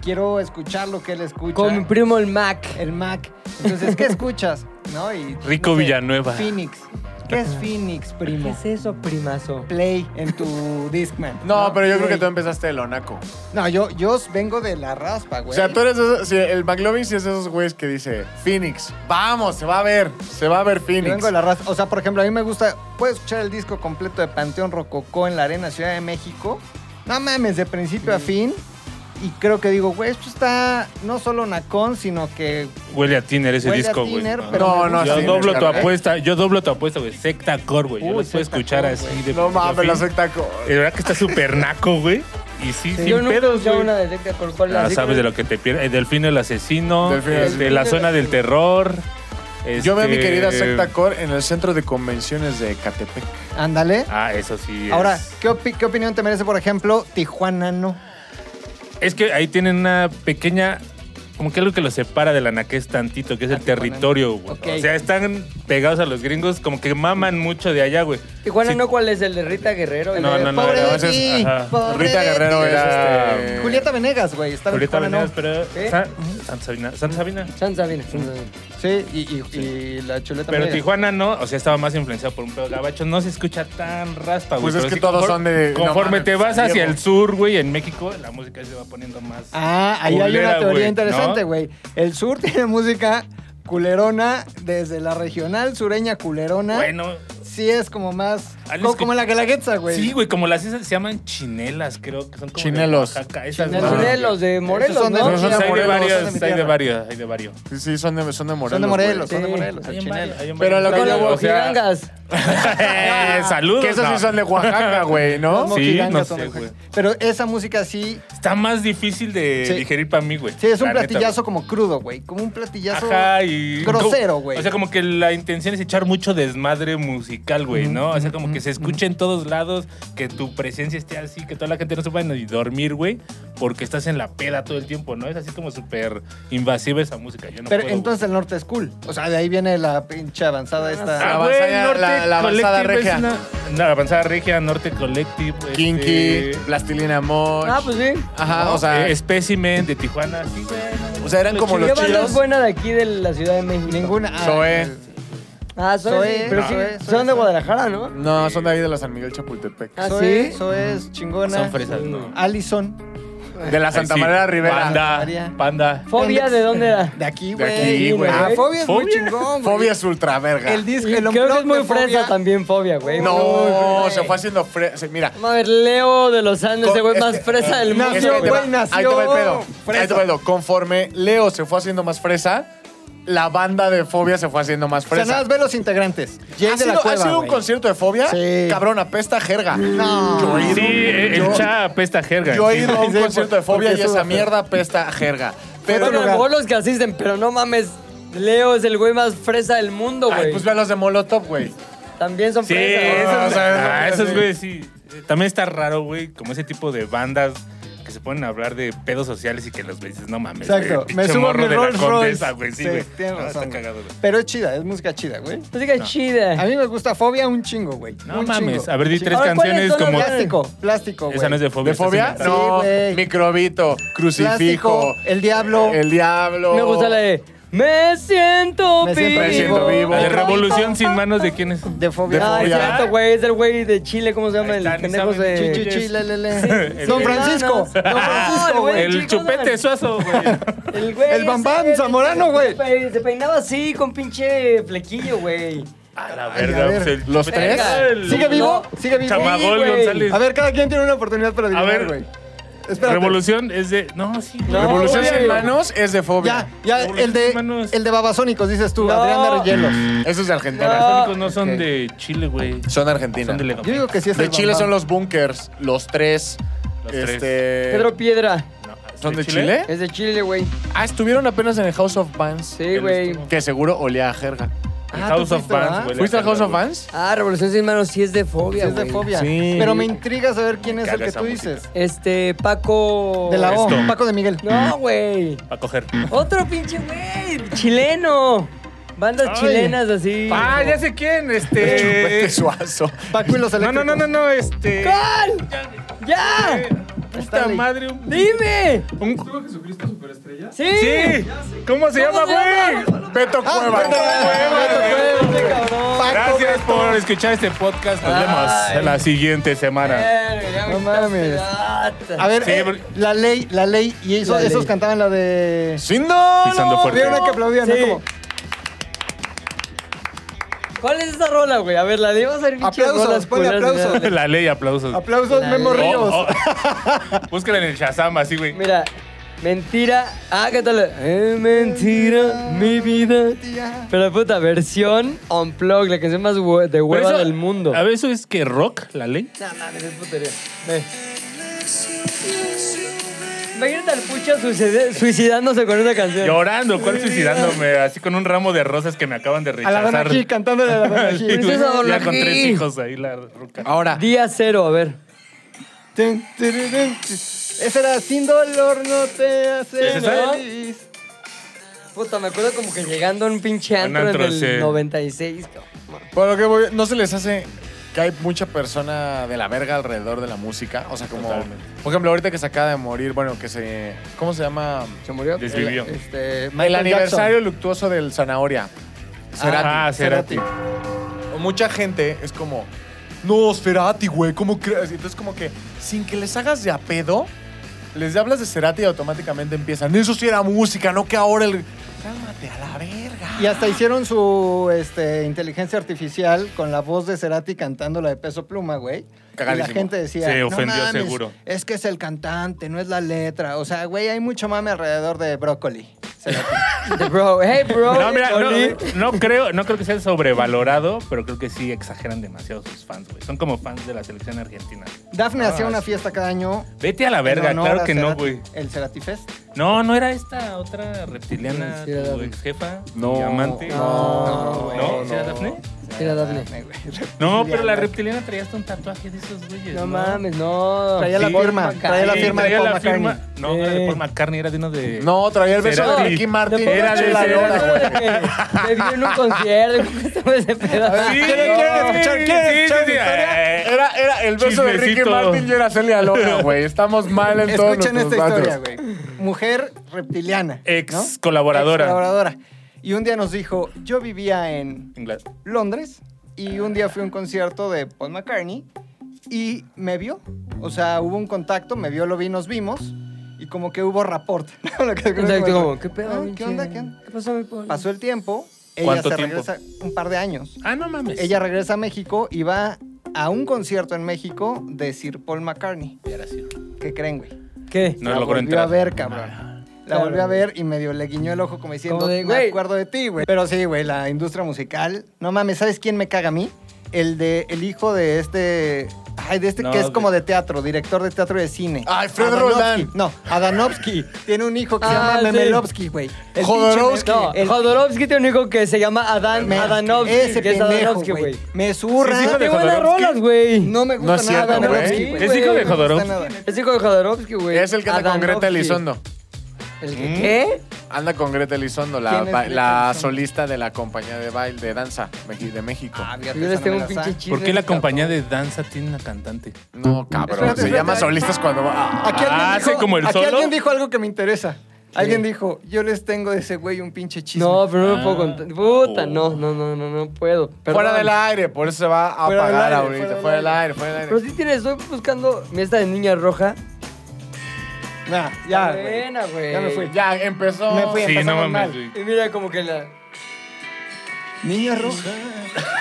Speaker 5: Quiero escuchar lo que él escucha.
Speaker 3: Con mi primo el Mac.
Speaker 5: el Mac. Entonces, ¿qué escuchas? ¿No? Y,
Speaker 4: Rico
Speaker 5: no sé,
Speaker 4: Villanueva.
Speaker 5: Phoenix. ¿Qué es Phoenix,
Speaker 3: ¿Qué
Speaker 5: primo?
Speaker 3: es eso, primazo?
Speaker 5: Play en tu Discman.
Speaker 2: No, pero yo creo que tú
Speaker 5: Play.
Speaker 2: empezaste de lo naco.
Speaker 5: No, yo, yo vengo de la raspa, güey.
Speaker 2: O sea, tú eres de esos- sí, el McLovin sí es de esos güeyes que dice, Phoenix, vamos, se va a ver, se va a ver
Speaker 5: Yo
Speaker 2: Phoenix.
Speaker 5: vengo de la raza. O sea, por ejemplo, a mí me gusta. Puedes escuchar el disco completo de Panteón Rococó en la Arena Ciudad de México. No mames, de principio a fin. Y creo que digo, güey, esto está no solo Nacón, sino que.
Speaker 4: Huele a Tiner ese
Speaker 5: Huele a
Speaker 4: disco, güey.
Speaker 5: tiner,
Speaker 4: No,
Speaker 5: pero
Speaker 2: No,
Speaker 5: me
Speaker 2: no,
Speaker 5: gusta.
Speaker 4: Yo
Speaker 2: sí,
Speaker 4: doblo tu
Speaker 2: descarga.
Speaker 4: apuesta, yo doblo tu apuesta, güey. Secta Core, güey. Yo
Speaker 5: Uy,
Speaker 4: los puedo
Speaker 5: Secta
Speaker 4: escuchar
Speaker 5: Core,
Speaker 4: así
Speaker 5: güey.
Speaker 4: de
Speaker 2: No mames, la
Speaker 4: principio a fin.
Speaker 2: secta co-
Speaker 4: De verdad que está súper naco, güey. Y sí, sin
Speaker 3: Yo nunca he
Speaker 4: pedos,
Speaker 3: escuchado
Speaker 4: güey.
Speaker 3: una de Tecta Corporal,
Speaker 4: Ah,
Speaker 3: así
Speaker 4: sabes de
Speaker 3: que-
Speaker 4: lo que te pierdes. El Delfino el asesino.
Speaker 2: Delfino el
Speaker 4: este,
Speaker 2: asesino.
Speaker 4: la zona del terror.
Speaker 2: Yo veo a mi
Speaker 4: este,
Speaker 2: querida secta core en el centro de convenciones de Catepec.
Speaker 5: Ándale.
Speaker 4: Ah, eso sí. es-
Speaker 5: Ahora, ¿qué, opi- qué opinión te merece, por ejemplo, Tijuana no?
Speaker 4: Es que ahí tienen una pequeña. Como que algo que los separa del anaqués tantito, que es el
Speaker 5: Tijuana.
Speaker 4: territorio, güey.
Speaker 5: Ok.
Speaker 4: O sea, están pegados a los gringos, como que maman mucho de allá, güey.
Speaker 3: Tijuana
Speaker 4: Sí.
Speaker 3: no, ¿cuál es? El de Rita Guerrero. El
Speaker 4: No,
Speaker 3: de-
Speaker 4: no, no.
Speaker 5: Pobre
Speaker 4: era-
Speaker 5: de
Speaker 4: ese es-
Speaker 5: ti,
Speaker 4: ajá.
Speaker 5: pobre
Speaker 2: Rita
Speaker 5: de
Speaker 2: Guerrero
Speaker 5: ti.
Speaker 2: era
Speaker 4: Era-
Speaker 2: este...
Speaker 5: Julieta Venegas, güey, está en
Speaker 4: Ahorita
Speaker 5: Tijuana
Speaker 4: venías,
Speaker 5: no.
Speaker 4: pero.
Speaker 3: ¿Eh?
Speaker 4: Sa- Santa Sabina. Santa Sabina.
Speaker 3: San Sabina. San Sabina.
Speaker 5: Sí, y, y- y la chuleta
Speaker 4: Pero
Speaker 5: Venegas.
Speaker 4: Tijuana no, o sea, estaba más influenciado por un pedo gabacho. No se escucha tan raspa, güey.
Speaker 2: Pues es
Speaker 4: pero
Speaker 2: que
Speaker 4: sí
Speaker 2: todos
Speaker 4: conforme-
Speaker 2: son de- no
Speaker 4: Conforme
Speaker 2: mames,
Speaker 4: te vas hacia
Speaker 2: viejo.
Speaker 4: el sur, güey, en México, la música se va poniendo más.
Speaker 5: Ah, ahí hay
Speaker 4: culera,
Speaker 5: una teoría
Speaker 4: güey,
Speaker 5: interesante,
Speaker 4: ¿no?
Speaker 5: güey. El sur tiene música culerona desde la regional sureña culerona.
Speaker 4: Bueno.
Speaker 5: Sí es como más...
Speaker 4: Ah, es
Speaker 5: co-
Speaker 4: que-
Speaker 5: como la Guelaguetza, güey.
Speaker 4: Sí, güey, como las esas se llaman chinelas, creo que son como.
Speaker 2: Chinelos.
Speaker 4: De Oaxaca, esas,
Speaker 5: Chinelos.
Speaker 4: güey.
Speaker 3: Chinelos de Morelos,
Speaker 5: Esos son de-
Speaker 3: ¿no?
Speaker 4: No, Ah. son- hay de
Speaker 5: Morelos,
Speaker 4: varias,
Speaker 5: son de mi
Speaker 4: hay de
Speaker 5: tierra.
Speaker 4: varios, hay de varios.
Speaker 2: Sí, sí, son de, son de Morelos.
Speaker 5: Son de Morelos,
Speaker 2: güey.
Speaker 5: son de
Speaker 3: Sí.
Speaker 5: Morelos, el chinelo.
Speaker 2: Pero lo que
Speaker 3: Con
Speaker 2: yo-
Speaker 3: los
Speaker 2: o
Speaker 3: mojigangas.
Speaker 4: Eh, Saludos.
Speaker 2: Ah. Que esos
Speaker 4: no.
Speaker 2: sí son de Oaxaca, güey,
Speaker 5: Los
Speaker 2: ¿no?
Speaker 4: Sí,
Speaker 5: mojigangas
Speaker 4: no
Speaker 5: son
Speaker 4: sé,
Speaker 5: de Oaxaca.
Speaker 4: güey.
Speaker 5: Pero esa música sí...
Speaker 4: Está más difícil de
Speaker 5: Sí.
Speaker 4: digerir para mí, güey.
Speaker 5: Sí, es un
Speaker 4: La neta,
Speaker 5: platillazo como crudo, güey. Como un platillazo...
Speaker 4: Ajá, y.
Speaker 5: grosero, güey.
Speaker 4: O sea, como que la intención es echar mucho desmadre musical, güey, ¿no? O sea, como que se escuche en todos lados, que tu presencia esté así, que toda la gente no se pueda ni dormir, güey, porque estás en la peda todo el tiempo, ¿no? Es así como súper invasiva esa música. Yo no
Speaker 5: Pero
Speaker 4: puedo,
Speaker 5: entonces el norte es cool. O sea, de ahí viene la pinche avanzada esta...
Speaker 2: La
Speaker 4: Ah, güey,
Speaker 2: avanzada-
Speaker 4: Norte
Speaker 2: la- la avanzada
Speaker 4: Collective es
Speaker 2: regia.
Speaker 4: una- no, la avanzada regia, Norte Collective.
Speaker 2: Kinky,
Speaker 4: este,
Speaker 2: Plastilina Mosh.
Speaker 3: Ah, pues sí.
Speaker 2: Ajá,
Speaker 4: ¿no?
Speaker 2: o sea,
Speaker 4: Eh, Espécimen de Tijuana, sí, güey. no,
Speaker 2: o sea, eran
Speaker 4: lo
Speaker 2: como los
Speaker 3: ¿Qué banda es
Speaker 2: chidos.
Speaker 3: buena de aquí de la Ciudad de México?
Speaker 5: Ninguna... ah,
Speaker 2: Zoé.
Speaker 3: Ah, son,
Speaker 5: Zoé,
Speaker 3: pero
Speaker 5: no.
Speaker 3: sí,
Speaker 5: Zoé,
Speaker 3: son
Speaker 5: Zoé,
Speaker 3: de
Speaker 5: Zoé.
Speaker 3: Guadalajara, ¿no?
Speaker 2: No, son de ahí de la San Miguel Chapultepec.
Speaker 3: Ah,
Speaker 5: Zoé,
Speaker 3: sí.
Speaker 5: Zoé es chingona.
Speaker 4: Son fresas, ¿no?
Speaker 5: Allison.
Speaker 2: De la Santa
Speaker 4: Ay, sí.
Speaker 2: María Rivera.
Speaker 4: Panda,
Speaker 5: María.
Speaker 4: panda.
Speaker 3: ¿Fobia de dónde era?
Speaker 5: De aquí,
Speaker 2: De
Speaker 5: güey.
Speaker 2: aquí, güey.
Speaker 5: Ah, fobia es muy
Speaker 4: ¿Fobia?
Speaker 5: chingón, güey.
Speaker 2: Fobia es ultra verga.
Speaker 5: El disco,
Speaker 3: Y
Speaker 5: el
Speaker 3: creo que es
Speaker 5: unplugged
Speaker 3: muy
Speaker 5: de Fobia.
Speaker 3: fresa también, fobia, güey.
Speaker 2: No,
Speaker 5: güey.
Speaker 2: se fue haciendo fre- se- Mira.
Speaker 3: Vamos a ver, Leo de los Andes,
Speaker 2: Con-
Speaker 3: ese güey
Speaker 2: es
Speaker 3: más
Speaker 2: que-
Speaker 3: fresa del mundo.
Speaker 5: Nació,
Speaker 2: ahí te
Speaker 3: güey.
Speaker 2: va-
Speaker 5: güey, nació
Speaker 2: Ahí te va el pedo.
Speaker 5: fresa.
Speaker 2: Ahí te va el pedo. Conforme Leo se fue haciendo más fresa, la banda de Fobia se fue haciendo más
Speaker 5: O sea, nada
Speaker 2: fresa.
Speaker 5: más ve los integrantes. Jay
Speaker 2: ¿Ha
Speaker 5: de
Speaker 2: sido,
Speaker 5: la
Speaker 2: ha
Speaker 5: Cueva,
Speaker 2: sido un
Speaker 5: güey.
Speaker 2: concierto de Fobia?
Speaker 5: Sí.
Speaker 2: Cabrón, apesta jerga. Yo he ido-
Speaker 4: Sí, el
Speaker 2: yo-
Speaker 4: cha apesta jerga.
Speaker 2: Yo he
Speaker 4: sí.
Speaker 2: ido a un
Speaker 5: Sí,
Speaker 2: concierto de
Speaker 5: porque
Speaker 2: fobia y
Speaker 5: eso
Speaker 2: esa
Speaker 5: da fe.
Speaker 2: mierda pesta jerga. Pero,
Speaker 3: Bueno, luego los que asisten, pero no mames. Leo es el güey más fresa del mundo,
Speaker 2: Ay,
Speaker 3: güey.
Speaker 2: pues ve a los de Molotov, güey.
Speaker 3: También son
Speaker 4: Sí,
Speaker 3: fresas.
Speaker 2: eso- o
Speaker 4: esos,
Speaker 2: sea,
Speaker 4: ah,
Speaker 2: eso-
Speaker 4: esos güeyes sí. Eh, También está raro, güey, como ese tipo de bandas que se ponen a hablar de pedos sociales y que los ves dices, no mames.
Speaker 5: Exacto.
Speaker 4: güey,
Speaker 5: Me
Speaker 4: pinche
Speaker 5: subo a
Speaker 4: morro
Speaker 5: mi
Speaker 4: de la
Speaker 5: Rolls
Speaker 4: condesa,
Speaker 5: Royce.
Speaker 4: güey, sí,
Speaker 5: Sí,
Speaker 4: güey.
Speaker 5: tienes
Speaker 4: No,
Speaker 5: razón,
Speaker 4: está
Speaker 5: güey.
Speaker 4: cagado, güey.
Speaker 5: Pero es chida, es música chida, güey.
Speaker 3: Música chida.
Speaker 5: A mí me gusta Fobia un chingo, güey.
Speaker 4: No
Speaker 5: un
Speaker 4: mames.
Speaker 5: chingo.
Speaker 4: A ver, di
Speaker 5: Chingo.
Speaker 4: tres
Speaker 3: Ahora, ¿cuáles
Speaker 4: canciones
Speaker 3: son las
Speaker 4: como.
Speaker 3: de-
Speaker 5: Plástico, plástico, güey.
Speaker 4: Esa no es de fobia.
Speaker 2: ¿De
Speaker 4: está
Speaker 2: fobia?
Speaker 4: inventada.
Speaker 2: No,
Speaker 5: güey.
Speaker 2: microbito, crucifijo,
Speaker 5: Plástico, El Diablo.
Speaker 2: el diablo.
Speaker 3: Me gusta la de Me siento
Speaker 5: Me
Speaker 3: vivo.
Speaker 5: siento
Speaker 2: Me siento vivo.
Speaker 4: La de Revolución sin manos de quién es.
Speaker 5: De Fobia.
Speaker 3: Ah, es
Speaker 2: Fobia.
Speaker 3: cierto, güey. Es el güey de Chile, ¿cómo se llama?
Speaker 4: Ahí
Speaker 3: El
Speaker 4: está, ni
Speaker 3: pendejo
Speaker 4: saben.
Speaker 5: Chi,
Speaker 3: de.
Speaker 5: chi, chi, la, la, la.
Speaker 4: Sí,
Speaker 5: Don
Speaker 4: el-
Speaker 5: Francisco.
Speaker 3: Hermanos.
Speaker 5: Don
Speaker 3: Ah,
Speaker 5: Francisco,
Speaker 3: el
Speaker 5: güey.
Speaker 3: güey.
Speaker 4: El
Speaker 3: chicos,
Speaker 4: chupete
Speaker 3: no.
Speaker 4: suazo, güey.
Speaker 3: El güey.
Speaker 5: El Bambam
Speaker 3: ese,
Speaker 5: Zamorano,
Speaker 3: el-
Speaker 5: güey.
Speaker 3: Se pe- se peinaba así, con pinche flequillo, güey.
Speaker 4: A la
Speaker 5: Ay, a
Speaker 4: verga,
Speaker 5: ver,
Speaker 4: pues, el
Speaker 2: ¿los
Speaker 4: chupete-
Speaker 2: tres?
Speaker 4: el-
Speaker 5: ¿Sigue vivo? ¿Sigue vivo?
Speaker 4: Chamagol
Speaker 3: Sí, güey.
Speaker 4: González.
Speaker 5: A ver, cada quien tiene una oportunidad para
Speaker 4: A
Speaker 5: adivinar,
Speaker 4: ver.
Speaker 5: güey. Espérate.
Speaker 4: Revolución es de. No, sí. güey.
Speaker 3: No,
Speaker 2: Revolución
Speaker 3: güey.
Speaker 2: sin manos es de fobia.
Speaker 5: Ya, ya,
Speaker 4: Revolución
Speaker 5: el de,
Speaker 4: sin manos.
Speaker 5: el de Babasónicos, dices tú,
Speaker 3: No.
Speaker 5: Adrián de Rielos.
Speaker 2: Eso es de
Speaker 4: Los
Speaker 2: Argentina.
Speaker 3: No.
Speaker 4: sónicos no son
Speaker 5: ok.
Speaker 4: de Chile, güey.
Speaker 2: Son de Argentina.
Speaker 4: Son de
Speaker 2: de
Speaker 5: Yo digo que sí Este es el
Speaker 2: Chile
Speaker 5: Bambam.
Speaker 2: son los bunkers, los tres.
Speaker 4: Los tres.
Speaker 2: este,
Speaker 3: Pedro Piedra.
Speaker 4: No,
Speaker 2: ¿Son de Chile?
Speaker 3: Es de Chile, güey.
Speaker 2: Ah, estuvieron apenas en el House of Bands.
Speaker 3: Sí, güey.
Speaker 2: Que seguro olía a jerga.
Speaker 4: El
Speaker 5: Ah,
Speaker 4: House
Speaker 5: ¿tú
Speaker 4: of
Speaker 5: fuiste, verdad?
Speaker 4: Bands, güey.
Speaker 2: ¿Fuiste al House of Bands?
Speaker 4: Bands?
Speaker 3: Ah, Revolución sin manos sí es de fobia,
Speaker 5: Sí es
Speaker 3: güey.
Speaker 5: de fobia.
Speaker 2: Sí.
Speaker 5: Pero me intriga saber quién es el
Speaker 4: caga
Speaker 5: que
Speaker 4: esa
Speaker 5: tú
Speaker 4: música.
Speaker 5: dices.
Speaker 3: Este, Paco.
Speaker 5: De la O,
Speaker 4: Esto.
Speaker 5: Paco de Miguel.
Speaker 3: No, güey.
Speaker 4: A coger.
Speaker 3: Otro pinche güey. Chileno. Bandas
Speaker 4: Ay.
Speaker 3: chilenas así.
Speaker 4: Ah, ya sé quién,
Speaker 2: Chupete
Speaker 4: este.
Speaker 2: suazo.
Speaker 5: Paco y los
Speaker 4: No, Ah, no,
Speaker 5: eléctricos.
Speaker 4: no, no, no, este.
Speaker 3: ¡Gol! ¡Ya!
Speaker 4: Puta madre. un-
Speaker 3: ¡Dime!
Speaker 4: un-
Speaker 3: ¡Sí!
Speaker 4: Sí.
Speaker 3: ¿Cómo
Speaker 4: ¿Cómo se llama,
Speaker 3: se llama?
Speaker 4: güey?
Speaker 2: Beto Cuevas.
Speaker 4: Beto Cuevas.
Speaker 3: Este cabrón.
Speaker 4: Gracias por escuchar este podcast. Nos vemos
Speaker 3: Ay. Eh.
Speaker 4: en la siguiente semana.
Speaker 3: Verga, ya me
Speaker 5: No mames.
Speaker 3: estás
Speaker 5: A ver,
Speaker 4: Sí,
Speaker 5: eh,
Speaker 4: porque-
Speaker 5: la ley, la ley. Y eso-
Speaker 3: La
Speaker 5: esos
Speaker 3: ley.
Speaker 5: cantaban la de.
Speaker 2: Sin no,
Speaker 4: Pisando
Speaker 2: no.
Speaker 4: fuerte.
Speaker 5: Había una que aplaudía, ¿no?
Speaker 3: Sí.
Speaker 5: Como,
Speaker 3: ¿Cuál es esa rola, güey? A ver, la de vamos a hacer pinches
Speaker 5: Aplausos,
Speaker 3: rolas
Speaker 5: ponle
Speaker 3: culeras,
Speaker 5: aplausos.
Speaker 3: mira.
Speaker 4: La ley, aplausos.
Speaker 5: aplausos,
Speaker 3: La
Speaker 5: Memo
Speaker 3: ley.
Speaker 5: Ríos.
Speaker 4: Oh, oh. Búscala en el Shazam, así, güey.
Speaker 3: Mira, mentira. Ah, ¿qué tal? Eh, mentira, mi vida.
Speaker 5: Tía.
Speaker 3: Pero puta, versión unplug, la canción más hue- de
Speaker 4: Pero
Speaker 3: hueva
Speaker 4: eso-
Speaker 3: del mundo.
Speaker 4: A ver, ¿eso es que rock, la ley?
Speaker 3: No mames, es putería. Ve. Imagínate al Pucha suicide- suicidándose con esa canción.
Speaker 4: Llorando, ¿cuál suicidándome? Así con un ramo de rosas que me acaban de
Speaker 5: A la
Speaker 4: rechazar.
Speaker 5: Danají, cantándole a la Danají.
Speaker 4: Sí, güey.
Speaker 3: Princesa
Speaker 4: ya con
Speaker 3: Danají.
Speaker 4: tres hijos ahí, la ruca.
Speaker 2: Ahora,
Speaker 3: Día cero, a ver.
Speaker 5: Tin, tirirín, tin. Ese era sin dolor, no te hace
Speaker 4: ¿Es esa?
Speaker 5: feliz.
Speaker 3: Puta, me acuerdo como que llegando a un pinche
Speaker 4: Un
Speaker 3: antro
Speaker 4: antro,
Speaker 3: del
Speaker 4: sí.
Speaker 3: 96. cabrón.
Speaker 2: por lo que voy, no se les hace que hay mucha persona de la verga alrededor de la música. O sea, como.
Speaker 4: Totalmente.
Speaker 2: Por ejemplo, ahorita que se acaba de morir, bueno, que se. ¿Cómo se llama?
Speaker 5: Se murió.
Speaker 4: Desvivió.
Speaker 5: El, este,
Speaker 2: El
Speaker 5: Michael
Speaker 2: aniversario luctuoso del Zanahoria. Cerati.
Speaker 4: Ah, Cerati.
Speaker 2: Mucha gente es como, no, Cerati, güey, ¿cómo crees? Y Entonces, como que sin que les hagas de a pedo, les hablas de Cerati y automáticamente empiezan. Eso sí era música, no que ahora el. Cálmate a la verga.
Speaker 5: Jackson. Y hasta hicieron su este, inteligencia artificial con la voz de Cerati cantando la de Peso Pluma, güey. Y la
Speaker 2: Cagadísimo.
Speaker 5: gente decía,
Speaker 4: Se
Speaker 5: "No
Speaker 4: ofendió
Speaker 5: mames,
Speaker 4: seguro".
Speaker 5: Es que es el cantante, no es la letra. O sea, güey, hay mucho mame alrededor de Brócoli. Cerati.
Speaker 3: The Bro, hey, bro.
Speaker 4: No, mira, no,
Speaker 3: Oli.
Speaker 4: no creo, no creo que sea sobrevalorado, pero creo que sí exageran demasiado sus fans, güey. Son como fans de la selección argentina.
Speaker 5: Dafne
Speaker 4: Ah,
Speaker 5: hacía una
Speaker 4: sí.
Speaker 5: fiesta cada año.
Speaker 4: Vete a la
Speaker 5: en
Speaker 4: verga,
Speaker 5: honor
Speaker 4: claro
Speaker 5: a
Speaker 4: que no,
Speaker 5: Cerati,
Speaker 4: güey.
Speaker 5: El Cerati Fest.
Speaker 4: No, no era esta otra reptiliana,
Speaker 3: Sí, era
Speaker 4: tu
Speaker 3: Daphne.
Speaker 4: ex jefa,
Speaker 2: No,
Speaker 4: no, amante.
Speaker 3: No,
Speaker 5: güey.
Speaker 4: ¿No? ¿Sí era Daphne?
Speaker 3: Era Daphne.
Speaker 5: güey.
Speaker 4: No, pero la
Speaker 5: Reptiliana.
Speaker 4: reptiliana traía hasta un tatuaje de esos güeyes.
Speaker 3: No mames, no.
Speaker 5: Traía la
Speaker 4: Sí,
Speaker 5: firma,
Speaker 3: Paul
Speaker 5: traía la
Speaker 4: Sí,
Speaker 5: firma de
Speaker 4: traía
Speaker 5: Paul
Speaker 4: la firma-
Speaker 5: McCartney.
Speaker 4: No, no era de Paul McCartney, era de uno de.
Speaker 2: No, traía el beso
Speaker 4: Cerati.
Speaker 2: de Ricky Martin.
Speaker 4: Tampoco
Speaker 2: Era
Speaker 4: te
Speaker 2: de
Speaker 4: la
Speaker 2: la
Speaker 4: veo,
Speaker 2: lora, güey.
Speaker 3: Me vio en un concierto. ¿Cómo se llama ese pedo?
Speaker 4: Sí,
Speaker 5: ¿Quieren- quieren escuchar? ¿Quieren
Speaker 4: sí,
Speaker 5: escuchar
Speaker 4: sí,
Speaker 5: mi
Speaker 4: sí,
Speaker 5: historia?
Speaker 4: eh,
Speaker 2: Era, era el beso de Ricky
Speaker 4: Chismecito.
Speaker 2: Martin y era Celia Lora, güey. Estamos mal en todos
Speaker 5: Escuchen esta
Speaker 2: nuestros
Speaker 5: historia,
Speaker 2: datos.
Speaker 5: güey. Mujer reptiliana.
Speaker 4: Ex
Speaker 5: ¿no?
Speaker 4: colaboradora.
Speaker 5: Ex colaboradora. Y un día nos dijo, yo vivía en
Speaker 4: Ingla-
Speaker 5: Londres y un día fui a un concierto de Paul McCartney y me vio. O sea, hubo un contacto, me vio, lo vi, nos vimos y como que hubo rapport. Lo que-
Speaker 3: Exacto, como, ¿qué pedo?
Speaker 5: Ah, ¿Qué
Speaker 3: pinche?
Speaker 5: onda? ¿Qué onda?
Speaker 3: ¿Qué pasó, mi Paul?
Speaker 5: Pasó el tiempo, ella
Speaker 4: ¿Cuánto
Speaker 5: se
Speaker 4: tiempo?
Speaker 5: regresa un par de años.
Speaker 4: Ah, no mames.
Speaker 5: Ella regresa a México y va a un concierto en México de Sir Paul McCartney.
Speaker 4: Era así.
Speaker 5: ¿Qué creen, güey?
Speaker 3: ¿Qué?
Speaker 4: No
Speaker 5: la
Speaker 4: logró
Speaker 5: volvió
Speaker 4: entrar.
Speaker 5: a ver, cabrón. La
Speaker 3: Claro.
Speaker 5: volvió a ver y medio le guiñó el ojo como diciendo,
Speaker 3: Como de,
Speaker 5: me
Speaker 3: güey.
Speaker 5: acuerdo de ti, güey. Pero sí, güey, la industria musical. No mames, ¿sabes quién me caga a mí? El de el hijo de este... Ay, Ay, de este
Speaker 4: No,
Speaker 5: que es
Speaker 4: de- Ah,
Speaker 5: como de teatro, director de teatro y de cine.
Speaker 2: Ay, Fred
Speaker 5: Adanovsky.
Speaker 2: Roldán.
Speaker 5: No, Adanovsky. Tiene un hijo que se
Speaker 3: Ah,
Speaker 5: llama
Speaker 3: sí.
Speaker 5: Memelovsky, güey. El
Speaker 2: Jodorowsky.
Speaker 5: pinche
Speaker 3: No,
Speaker 5: Mem- el-
Speaker 3: Jodorowsky tiene un hijo que se llama Adán
Speaker 5: Me-
Speaker 3: Adanovsky.
Speaker 5: Ese
Speaker 3: que es
Speaker 5: pendejo,
Speaker 3: Adanovsky,
Speaker 5: güey.
Speaker 3: güey.
Speaker 5: Me zurra.
Speaker 4: ¿Es hijo de
Speaker 3: Qué buenas
Speaker 4: Jodorowsky?
Speaker 3: rolas, güey.
Speaker 5: No me
Speaker 2: No
Speaker 5: gusta
Speaker 2: es
Speaker 5: nada
Speaker 2: cierto,
Speaker 5: Adanovsky,
Speaker 3: güey.
Speaker 4: ¿Es
Speaker 5: güey.
Speaker 4: hijo de
Speaker 5: No me gusta
Speaker 4: Jodorowsky?
Speaker 5: nada.
Speaker 3: Es hijo de Jodorowsky, güey.
Speaker 2: Es el que anda con Greta
Speaker 3: Adanovsky.
Speaker 2: Elizondo.
Speaker 3: ¿El
Speaker 5: ¿Mm?
Speaker 3: que qué?
Speaker 2: Anda con Greta Elizondo, la,
Speaker 5: ¿Quién es
Speaker 2: ba-
Speaker 5: Greta
Speaker 2: la
Speaker 5: Elizondo?
Speaker 2: solista de la compañía de baile de danza meji- de México.
Speaker 5: Ah, fíjate,
Speaker 3: Yo
Speaker 5: esa
Speaker 3: les
Speaker 5: no
Speaker 3: tengo
Speaker 5: me
Speaker 3: un
Speaker 5: la
Speaker 3: pinche
Speaker 5: sé.
Speaker 3: chisme.
Speaker 4: ¿Por qué la compañía de danza tiene una cantante?
Speaker 2: No, cabrón.
Speaker 5: Espérate,
Speaker 2: se
Speaker 5: espérate.
Speaker 2: llama solistas cuando. Ah,
Speaker 5: Aquí alguien,
Speaker 4: Ah,
Speaker 5: dijo,
Speaker 4: ¿hace como el
Speaker 5: aquí
Speaker 4: solo?
Speaker 5: alguien dijo algo que me interesa. Alguien dijo, yo les tengo de ese güey un pinche chisme.
Speaker 3: No, pero no me puedo
Speaker 4: Ah.
Speaker 3: contar. Puta,
Speaker 4: Oh.
Speaker 3: no, no, no, no, no puedo.
Speaker 2: fuera
Speaker 3: Perdón.
Speaker 2: del aire, por eso se va a
Speaker 5: Fuera del
Speaker 2: apagar
Speaker 5: aire,
Speaker 2: ahorita.
Speaker 5: fuera del
Speaker 2: Fuera del
Speaker 5: aire.
Speaker 2: aire, fuera del aire.
Speaker 3: Pero sí tienes, estoy buscando mi esta de niña roja.
Speaker 5: Nah,
Speaker 3: Está
Speaker 5: ya, güey.
Speaker 3: buena, güey.
Speaker 5: Ya me fui.
Speaker 2: Ya empezó.
Speaker 5: Me fui,
Speaker 4: Sí,
Speaker 5: empezamos
Speaker 4: no mames,
Speaker 5: mal.
Speaker 4: güey.
Speaker 3: Y mira como que la.
Speaker 5: Niña roja.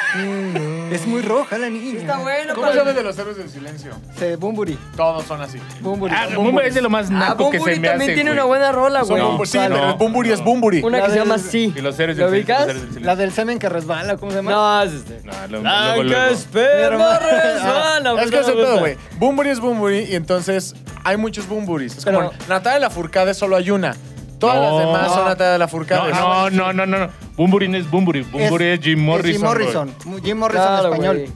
Speaker 5: es muy roja la niña.
Speaker 3: Está bueno,
Speaker 2: ¿Cómo sabes de los héroes del silencio?
Speaker 5: Se- Bumburi.
Speaker 2: Todos son así.
Speaker 5: Bumburi.
Speaker 4: Ah, Bumburi es de lo más
Speaker 3: Ah,
Speaker 4: naco que se
Speaker 3: Bumburi
Speaker 4: me
Speaker 3: también
Speaker 4: hace,
Speaker 3: tiene
Speaker 4: güey.
Speaker 3: una buena rola,
Speaker 2: Son
Speaker 3: güey.
Speaker 2: Bumburi, sí,
Speaker 5: sale.
Speaker 2: pero el Bumburi es Bumburi.
Speaker 3: Una
Speaker 5: La
Speaker 3: que se
Speaker 5: del-
Speaker 3: llama Sí.
Speaker 4: Y los héroes
Speaker 3: ¿Lo
Speaker 4: del silencio,
Speaker 3: ubicas?
Speaker 4: los héroes del silencio.
Speaker 5: La del semen que resbala, ¿cómo se llama?
Speaker 3: No, es este.
Speaker 4: No, lo-
Speaker 3: Ay,
Speaker 4: luego,
Speaker 3: que
Speaker 4: luego.
Speaker 3: esperma
Speaker 5: Ah,
Speaker 3: resbala,
Speaker 2: Es que es el
Speaker 3: puta.
Speaker 2: pedo, güey. Bumburi es Bumburi y entonces hay muchos Bumburis. Es como
Speaker 5: Pero-
Speaker 2: Natalia Lafourcade solo hay una. Todas
Speaker 4: No.
Speaker 2: las demás son
Speaker 4: No.
Speaker 2: Natalia
Speaker 4: No,
Speaker 2: Lafourcade.
Speaker 4: no, no, no, no, no. Bumburi no es Bumburi. Bumburi es, Jim Morrison.
Speaker 5: Jim Morrison. Jim Morrison
Speaker 3: Claro,
Speaker 5: español.
Speaker 3: güey.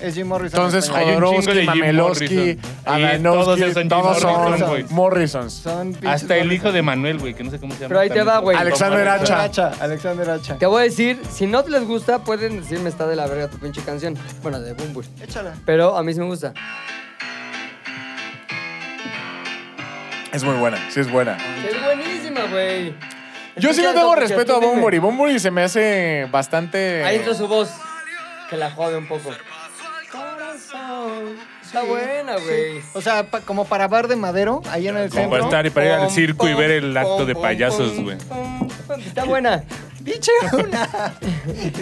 Speaker 5: Es Jim Morrison.
Speaker 2: Entonces,
Speaker 5: español.
Speaker 4: Hay un chingo de
Speaker 2: Jodorowsky,
Speaker 4: Jim
Speaker 2: Mamelowski,
Speaker 4: Morrison. Y todos esos
Speaker 2: Adanovsky,
Speaker 4: son
Speaker 2: todos
Speaker 4: Jim
Speaker 2: son
Speaker 5: Morrison,
Speaker 2: güey.
Speaker 4: güey.
Speaker 2: Morrisons.
Speaker 5: Son pinches
Speaker 4: güey. Hasta el
Speaker 5: Morrison.
Speaker 4: hijo de Manuel, güey, que no sé cómo se llama.
Speaker 3: Pero ahí te
Speaker 4: también.
Speaker 3: va, güey.
Speaker 2: Alexander
Speaker 5: Alexander
Speaker 2: Hacha.
Speaker 5: Hacha. Alexander Hacha.
Speaker 3: Te voy a decir, si no les gusta, pueden decirme está de la verga tu pinche canción. Bueno, de Bumburi.
Speaker 5: Échala.
Speaker 3: Pero a mí sí me gusta.
Speaker 2: Es muy buena, sí es buena.
Speaker 3: Es buenísima, güey.
Speaker 2: Yo
Speaker 3: Escucha
Speaker 2: sí le
Speaker 3: eso,
Speaker 2: tengo
Speaker 3: porque
Speaker 2: respeto a
Speaker 3: tú dime.
Speaker 2: Bumburi. Bumburi se me hace bastante...
Speaker 3: Ahí está su voz. Que la jode un poco. Está buena, güey.
Speaker 5: O sea, pa- como para bar de madero, ahí en el
Speaker 4: Como
Speaker 5: centro.
Speaker 4: para estar y para ir al
Speaker 3: Pom,
Speaker 4: circo y
Speaker 3: pom,
Speaker 4: ver el acto
Speaker 5: pom,
Speaker 4: de
Speaker 5: pom,
Speaker 4: payasos,
Speaker 5: pom.
Speaker 4: güey.
Speaker 3: Está buena.
Speaker 5: Dicha una.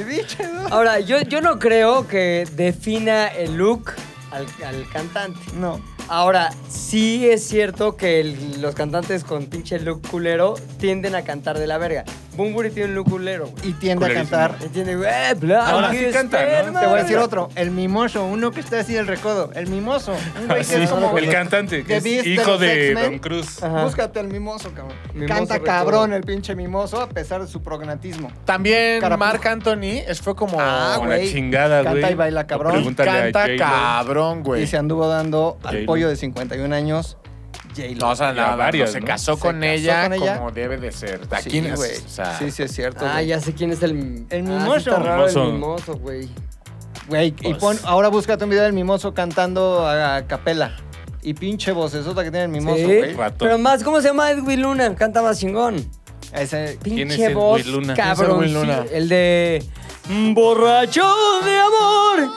Speaker 5: Dicha dos.
Speaker 3: Ahora, yo, yo no creo que defina el look al, al cantante.
Speaker 5: No.
Speaker 3: Ahora, sí es cierto que el- los cantantes con pinche look culero tienden a cantar de la verga. Bumburi tiene un look culero, güey.
Speaker 5: Y tiende a
Speaker 4: Culerísimo.
Speaker 5: cantar.
Speaker 3: ¿Entiendes? Eh, bla,
Speaker 4: Ahora
Speaker 3: que
Speaker 4: sí canta, ¿no?
Speaker 3: esperma.
Speaker 5: Te voy a decir otro. El mimoso, uno que está así del recodo. El mimoso. Un güey que
Speaker 4: Sí,
Speaker 5: es como.
Speaker 4: el cantante, que
Speaker 5: The
Speaker 4: es
Speaker 5: Beast de
Speaker 4: hijo
Speaker 5: los
Speaker 4: de
Speaker 5: X-Men.
Speaker 4: Don Cruz.
Speaker 3: Ajá.
Speaker 5: Búscate al mimoso, cabrón.
Speaker 3: Mimoso
Speaker 5: Canta
Speaker 3: recodo.
Speaker 5: cabrón el pinche mimoso a pesar de su prognatismo.
Speaker 2: También
Speaker 5: Carapujo.
Speaker 2: Marc Anthony es- fue como...
Speaker 5: Ah,
Speaker 4: Como la
Speaker 5: güey.
Speaker 4: chingada, güey.
Speaker 5: Canta y baila, cabrón.
Speaker 4: Pregúntale a
Speaker 2: Canta
Speaker 4: J-Lo.
Speaker 2: cabrón,
Speaker 5: Y
Speaker 2: güey.
Speaker 5: se anduvo dando al
Speaker 4: J-Lo.
Speaker 5: pollo de 51 años.
Speaker 2: No, o sea,
Speaker 4: Y a
Speaker 2: nada,
Speaker 4: varias,
Speaker 2: se
Speaker 4: ¿no?
Speaker 2: casó,
Speaker 5: Se
Speaker 2: con,
Speaker 5: casó
Speaker 2: ella
Speaker 5: con ella.
Speaker 2: como debe de ser.
Speaker 5: Sí,
Speaker 2: Aquí,
Speaker 5: güey.
Speaker 2: o sea,
Speaker 5: Sí, sí, es cierto.
Speaker 3: Ah,
Speaker 5: güey.
Speaker 3: ya sé quién es el... Ah,
Speaker 5: El
Speaker 3: sí
Speaker 5: mimoso.
Speaker 3: está raro el
Speaker 4: Mimoso.
Speaker 3: mimoso, güey.
Speaker 5: Güey, y
Speaker 4: Pues-
Speaker 5: pon, ahora búscate un video del mimoso cantando a, a capela. Y pinche vocesota que tiene el mimoso,
Speaker 3: Sí.
Speaker 5: güey.
Speaker 4: Ratón.
Speaker 3: Pero más, ¿cómo se llama Edwin Luna? Canta más chingón.
Speaker 5: Ese-
Speaker 4: ¿Quién es
Speaker 3: Pinche
Speaker 4: Edwin
Speaker 3: voz,
Speaker 4: Luna? ¿Quién
Speaker 2: es
Speaker 3: cabrón.
Speaker 2: Edwin Luna?
Speaker 3: sí, El de... "Mm, Borracho de amor.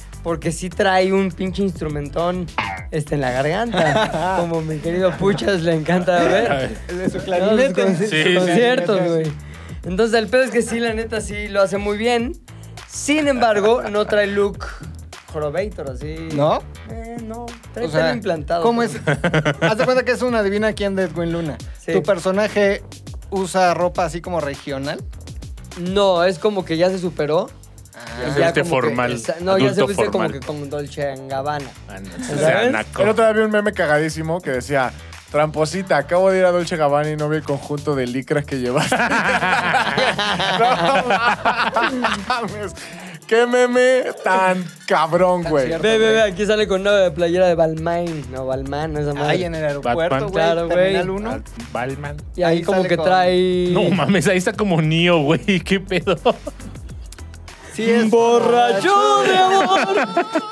Speaker 3: Porque sí trae un pinche instrumentón este, en la garganta. como mi querido Puchas le encanta ver.
Speaker 5: El de su
Speaker 3: No,
Speaker 5: clarinete.
Speaker 3: sus conci- sus
Speaker 4: Sí, sí.
Speaker 3: conciertos, güey. Entonces, el pedo es que sí, la neta, sí lo hace muy bien. Sin embargo, no trae look jorobator, así.
Speaker 5: ¿No?
Speaker 3: Eh, no. Trae
Speaker 5: O sea,
Speaker 3: pelo implantado.
Speaker 5: ¿Cómo es?
Speaker 3: pero-
Speaker 5: Haz de cuenta que es una adivina quién de Edwin Luna.
Speaker 3: Sí.
Speaker 5: Tu personaje usa ropa así como regional.
Speaker 3: No, es como que ya se superó.
Speaker 4: Ya se viste
Speaker 3: como que-
Speaker 4: formal,
Speaker 3: exa- no, ya se
Speaker 4: adulto
Speaker 3: viste como que
Speaker 4: formal.
Speaker 3: con Dolce en Gabbana.
Speaker 4: Ah, no, o
Speaker 3: ¿Sabes?
Speaker 4: sea, naco.
Speaker 2: El otro día vi un meme cagadísimo que decía... Tramposita, acabo de ir a Dolce Gabbana y no vi el conjunto de licras que llevaste. no mames. Qué meme tan cabrón, güey.
Speaker 5: cierto.
Speaker 3: Ve, ve, ve, aquí sale con una playera de Balmain. No, Balmain, esa madre.
Speaker 5: Ahí en el aeropuerto,
Speaker 4: Batman.
Speaker 5: güey.
Speaker 3: Claro, güey.
Speaker 5: Terminal 1.
Speaker 4: Balman.
Speaker 3: y ahí,
Speaker 5: ahí
Speaker 3: como
Speaker 5: sale
Speaker 3: que
Speaker 5: con-
Speaker 3: trae...
Speaker 4: No mames, ahí está como Neo, güey. ¿Qué pedo?
Speaker 5: Sí es
Speaker 3: Borracho de amor.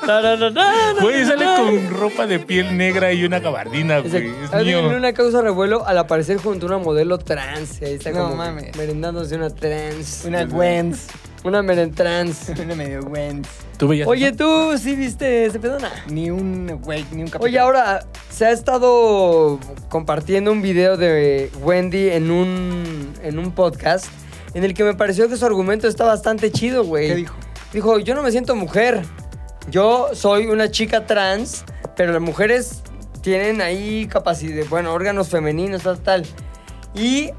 Speaker 3: Tarararara.
Speaker 4: Güey, sale con ropa de piel negra y una gabardina,
Speaker 3: Ese-
Speaker 4: güey. Es
Speaker 3: Ahí viene
Speaker 4: Neo.
Speaker 3: una causa revuelo al aparecer junto a una modelo trans. Ahí está
Speaker 5: No
Speaker 3: como
Speaker 5: mames.
Speaker 3: merendándose una trans.
Speaker 5: Una Gwen.
Speaker 3: Una merentrans.
Speaker 5: Viene medio Wentz.
Speaker 4: ¿Tú veías
Speaker 3: Oye,
Speaker 4: eso?
Speaker 3: tú sí viste ese pedona.
Speaker 5: Ni un güey, ni un capitán.
Speaker 3: Oye, ahora se ha estado compartiendo un video de Wendy en un, en un podcast en el que me pareció que su argumento está bastante chido, güey.
Speaker 5: ¿Qué dijo?
Speaker 3: Dijo, yo no me siento mujer. Yo soy una chica trans, pero las mujeres tienen ahí capacidad, bueno, órganos femeninos, tal, tal. Y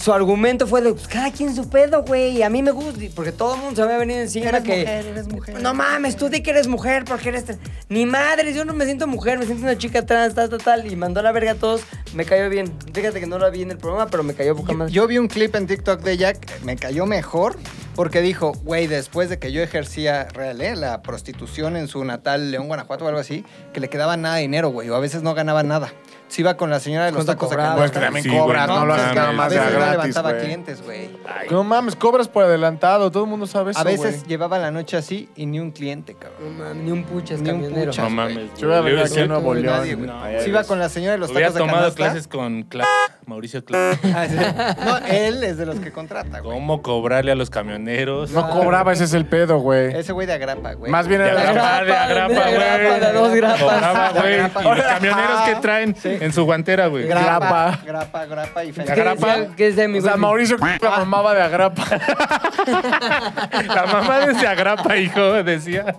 Speaker 3: su argumento fue de, pues, cada quien su pedo, güey. A mí me gusta, porque todo el mundo se me ha venido encima
Speaker 5: Eres
Speaker 3: que...
Speaker 5: mujer, eres mujer.
Speaker 3: No mames, tú di que eres mujer porque eres... tran-". Ni madres, yo no me siento mujer, me siento una chica trans, tal, tal, tal. Y mandó a la verga a todos, me cayó bien. Fíjate que no la vi en el programa, pero me cayó poca
Speaker 5: Yo,
Speaker 3: más.
Speaker 5: yo vi un clip en TikTok de Jack, me cayó mejor porque dijo, güey, después de que yo ejercía real, ¿eh? la prostitución en su natal León, Guanajuato o algo así, que le quedaba nada de dinero, güey, o a veces no ganaba nada. Si iba con la señora de los
Speaker 3: ¿Cuánto
Speaker 5: tacos
Speaker 3: cobraba?
Speaker 5: a
Speaker 2: Pues que
Speaker 5: cantar.
Speaker 2: también
Speaker 4: Sí,
Speaker 2: cobras,
Speaker 4: güey,
Speaker 2: no,
Speaker 4: no
Speaker 2: lo haces
Speaker 5: pues,
Speaker 2: nada
Speaker 4: mames.
Speaker 5: a
Speaker 2: más de
Speaker 5: veces
Speaker 2: a
Speaker 5: no
Speaker 2: gratis,
Speaker 5: levantaba
Speaker 2: güey.
Speaker 5: clientes, güey.
Speaker 2: No mames, cobras por adelantado, todo el mundo sabe eso,
Speaker 5: A veces
Speaker 2: güey.
Speaker 5: llevaba la noche así y ni un cliente, cabrón.
Speaker 3: No mames, ni un puchas
Speaker 5: Ni un
Speaker 3: camionero.
Speaker 5: puchas.
Speaker 4: No mames.
Speaker 2: Yo voy a venir
Speaker 4: Hubiera
Speaker 2: aquí a Nuevo
Speaker 5: Con
Speaker 2: León.
Speaker 5: nadie, güey.
Speaker 4: No,
Speaker 2: Ahí
Speaker 5: Si
Speaker 4: ya
Speaker 5: iba
Speaker 4: ves.
Speaker 5: con la señora de los
Speaker 4: Hubiera
Speaker 5: tacos de
Speaker 4: tomado
Speaker 5: canasta.
Speaker 4: clases con Cla- Mauricio Cla.
Speaker 5: Ah, sí. No, él es de los que contrata, güey.
Speaker 4: ¿Cómo cobrarle a los camioneros?
Speaker 2: No cobraba, ese es el pedo, güey.
Speaker 5: Ese güey de agrapa, güey.
Speaker 2: Más bien
Speaker 4: De
Speaker 2: era
Speaker 3: agrapa.
Speaker 4: agrapa, de agrapa,
Speaker 3: de
Speaker 4: güey.
Speaker 3: agrapa, de dos grapas.
Speaker 4: Cobraba,
Speaker 5: De
Speaker 4: güey.
Speaker 5: agrapa. ah,
Speaker 4: Y los camioneros que traen en su guantera, güey.
Speaker 5: grapa. Grapa, grapa y
Speaker 3: ¿Qué
Speaker 5: feliz.
Speaker 4: Agrapa.
Speaker 3: decía- ¿Qué es de mi
Speaker 2: O sea,
Speaker 3: Wendy?
Speaker 2: Mauricio la mamaba de agrapa.
Speaker 4: La mamá de ese agrapa, hijo, decía.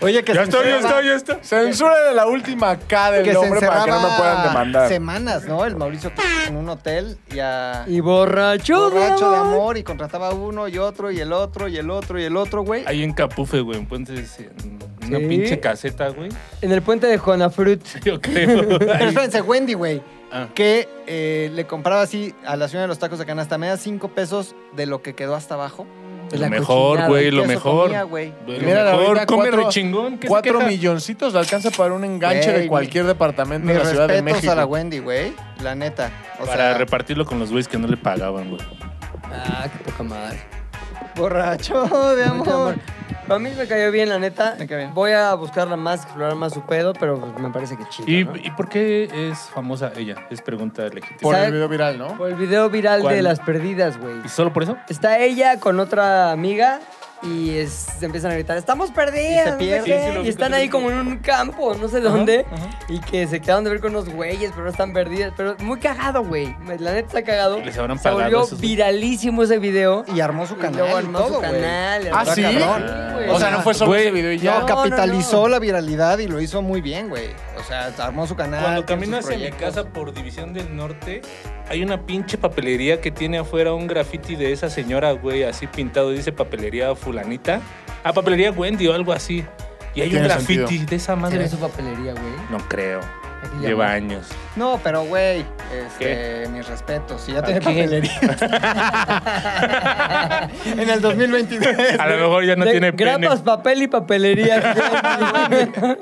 Speaker 5: Oye, que
Speaker 4: Yo
Speaker 5: se
Speaker 4: estoy, yo
Speaker 5: encerraba-
Speaker 4: estoy, yo estoy.
Speaker 2: Censura de la última K del
Speaker 5: que se
Speaker 2: nombre para que no me
Speaker 5: encerraba
Speaker 2: puedan demandar.
Speaker 5: Semanas, ¿no? El Mauricio en un hotel y a.
Speaker 3: Y borracho,
Speaker 5: borracho de
Speaker 3: amor.
Speaker 5: amor y contrataba uno y otro y el otro y el otro y el otro, güey.
Speaker 4: Ahí en Capufe, güey. Entonces, en una
Speaker 3: Sí.
Speaker 4: pinche caseta, güey.
Speaker 3: En el puente de Juanafrut.
Speaker 4: Yo creo.
Speaker 5: Pero
Speaker 4: Ahí.
Speaker 5: espérense, Wendy, güey.
Speaker 4: Ah.
Speaker 5: Que eh, le compraba así a la señora de los tacos de canasta, me da cinco pesos de lo que quedó hasta abajo.
Speaker 4: Lo mejor, güey, lo
Speaker 5: Eso
Speaker 4: mejor.
Speaker 5: comía, güey.
Speaker 4: Lo
Speaker 2: Mira, la
Speaker 4: mejor,
Speaker 2: verdad,
Speaker 4: come
Speaker 2: cuatro-
Speaker 4: rechingón. ¿qué se
Speaker 2: Cuatro
Speaker 4: queja?
Speaker 2: milloncitos le alcanza para un enganche
Speaker 5: Güey,
Speaker 2: de cualquier departamento
Speaker 5: Mis
Speaker 2: de la Ciudad de
Speaker 5: respetos
Speaker 2: México.
Speaker 5: a la Wendy, güey. La neta. O
Speaker 4: Para
Speaker 5: sea,
Speaker 4: repartirlo con los güeyes que no le pagaban, güey.
Speaker 3: Ah, qué poca madre.
Speaker 5: borracho de amor.
Speaker 3: A mí me cayó bien, la neta.
Speaker 5: Me cayó bien.
Speaker 3: Voy a buscarla más, explorar más su pedo, pero pues, me parece que chido.
Speaker 4: ¿Y,
Speaker 3: ¿no?
Speaker 4: ¿Y por qué es famosa ella? Es pregunta legítima.
Speaker 2: Por
Speaker 3: ¿Sabe?
Speaker 2: el video viral, ¿no?
Speaker 3: Por el video viral
Speaker 4: ¿Cuál?
Speaker 3: de las perdidas, güey.
Speaker 4: ¿Y solo por eso?
Speaker 3: Está ella con otra amiga y es- se empiezan a gritar, estamos perdidas.
Speaker 5: Y se
Speaker 3: no sé
Speaker 5: pierden.
Speaker 3: qué".
Speaker 4: Sí, sí, lo
Speaker 3: y
Speaker 4: vi,
Speaker 3: están
Speaker 4: sí, lo
Speaker 3: ahí
Speaker 4: vi.
Speaker 3: como en un campo, no sé dónde. Y que se quedaron de ver con unos güeyes, pero están perdidas. Pero muy cagado, güey. La neta está cagado.
Speaker 4: Les habrán
Speaker 3: se
Speaker 4: pagado
Speaker 3: volvió
Speaker 4: esos güeyes.
Speaker 3: viralísimo ese video.
Speaker 5: Y armó su
Speaker 3: Y
Speaker 5: canal.
Speaker 3: luego
Speaker 5: y
Speaker 3: armó
Speaker 5: todo,
Speaker 3: su
Speaker 5: güey.
Speaker 3: canal.
Speaker 2: ¿Ah, sí?
Speaker 3: güey.
Speaker 2: O sea, no fue solo
Speaker 4: Güey,
Speaker 2: ese video y ya.
Speaker 5: No,
Speaker 3: No,
Speaker 5: capitalizó
Speaker 3: no, no.
Speaker 5: la viralidad y lo hizo muy bien, güey. O sea, armó su
Speaker 3: Ah,
Speaker 5: canal.
Speaker 4: Cuando
Speaker 5: tiene sus
Speaker 4: caminas en mi
Speaker 5: proyectos.
Speaker 4: casa por División del Norte, hay una pinche papelería que tiene afuera un graffiti de esa señora, güey, así pintado. Dice papelería fulanita. Ah, papelería Wendy o algo así. Y hay un
Speaker 2: Tiene
Speaker 4: graffiti
Speaker 2: sentido.
Speaker 4: de esa
Speaker 3: Tiene
Speaker 4: madre.
Speaker 3: su papelería, güey.
Speaker 4: No creo.
Speaker 3: Aquí ya
Speaker 4: Lleva
Speaker 3: va.
Speaker 4: años.
Speaker 5: No, pero güey, este, mis respetos. Si ya tiene
Speaker 4: qué?
Speaker 5: papelería. en el 2023.
Speaker 4: A lo mejor ya no
Speaker 3: De
Speaker 4: tiene pene.
Speaker 3: grapas, papel y papelería.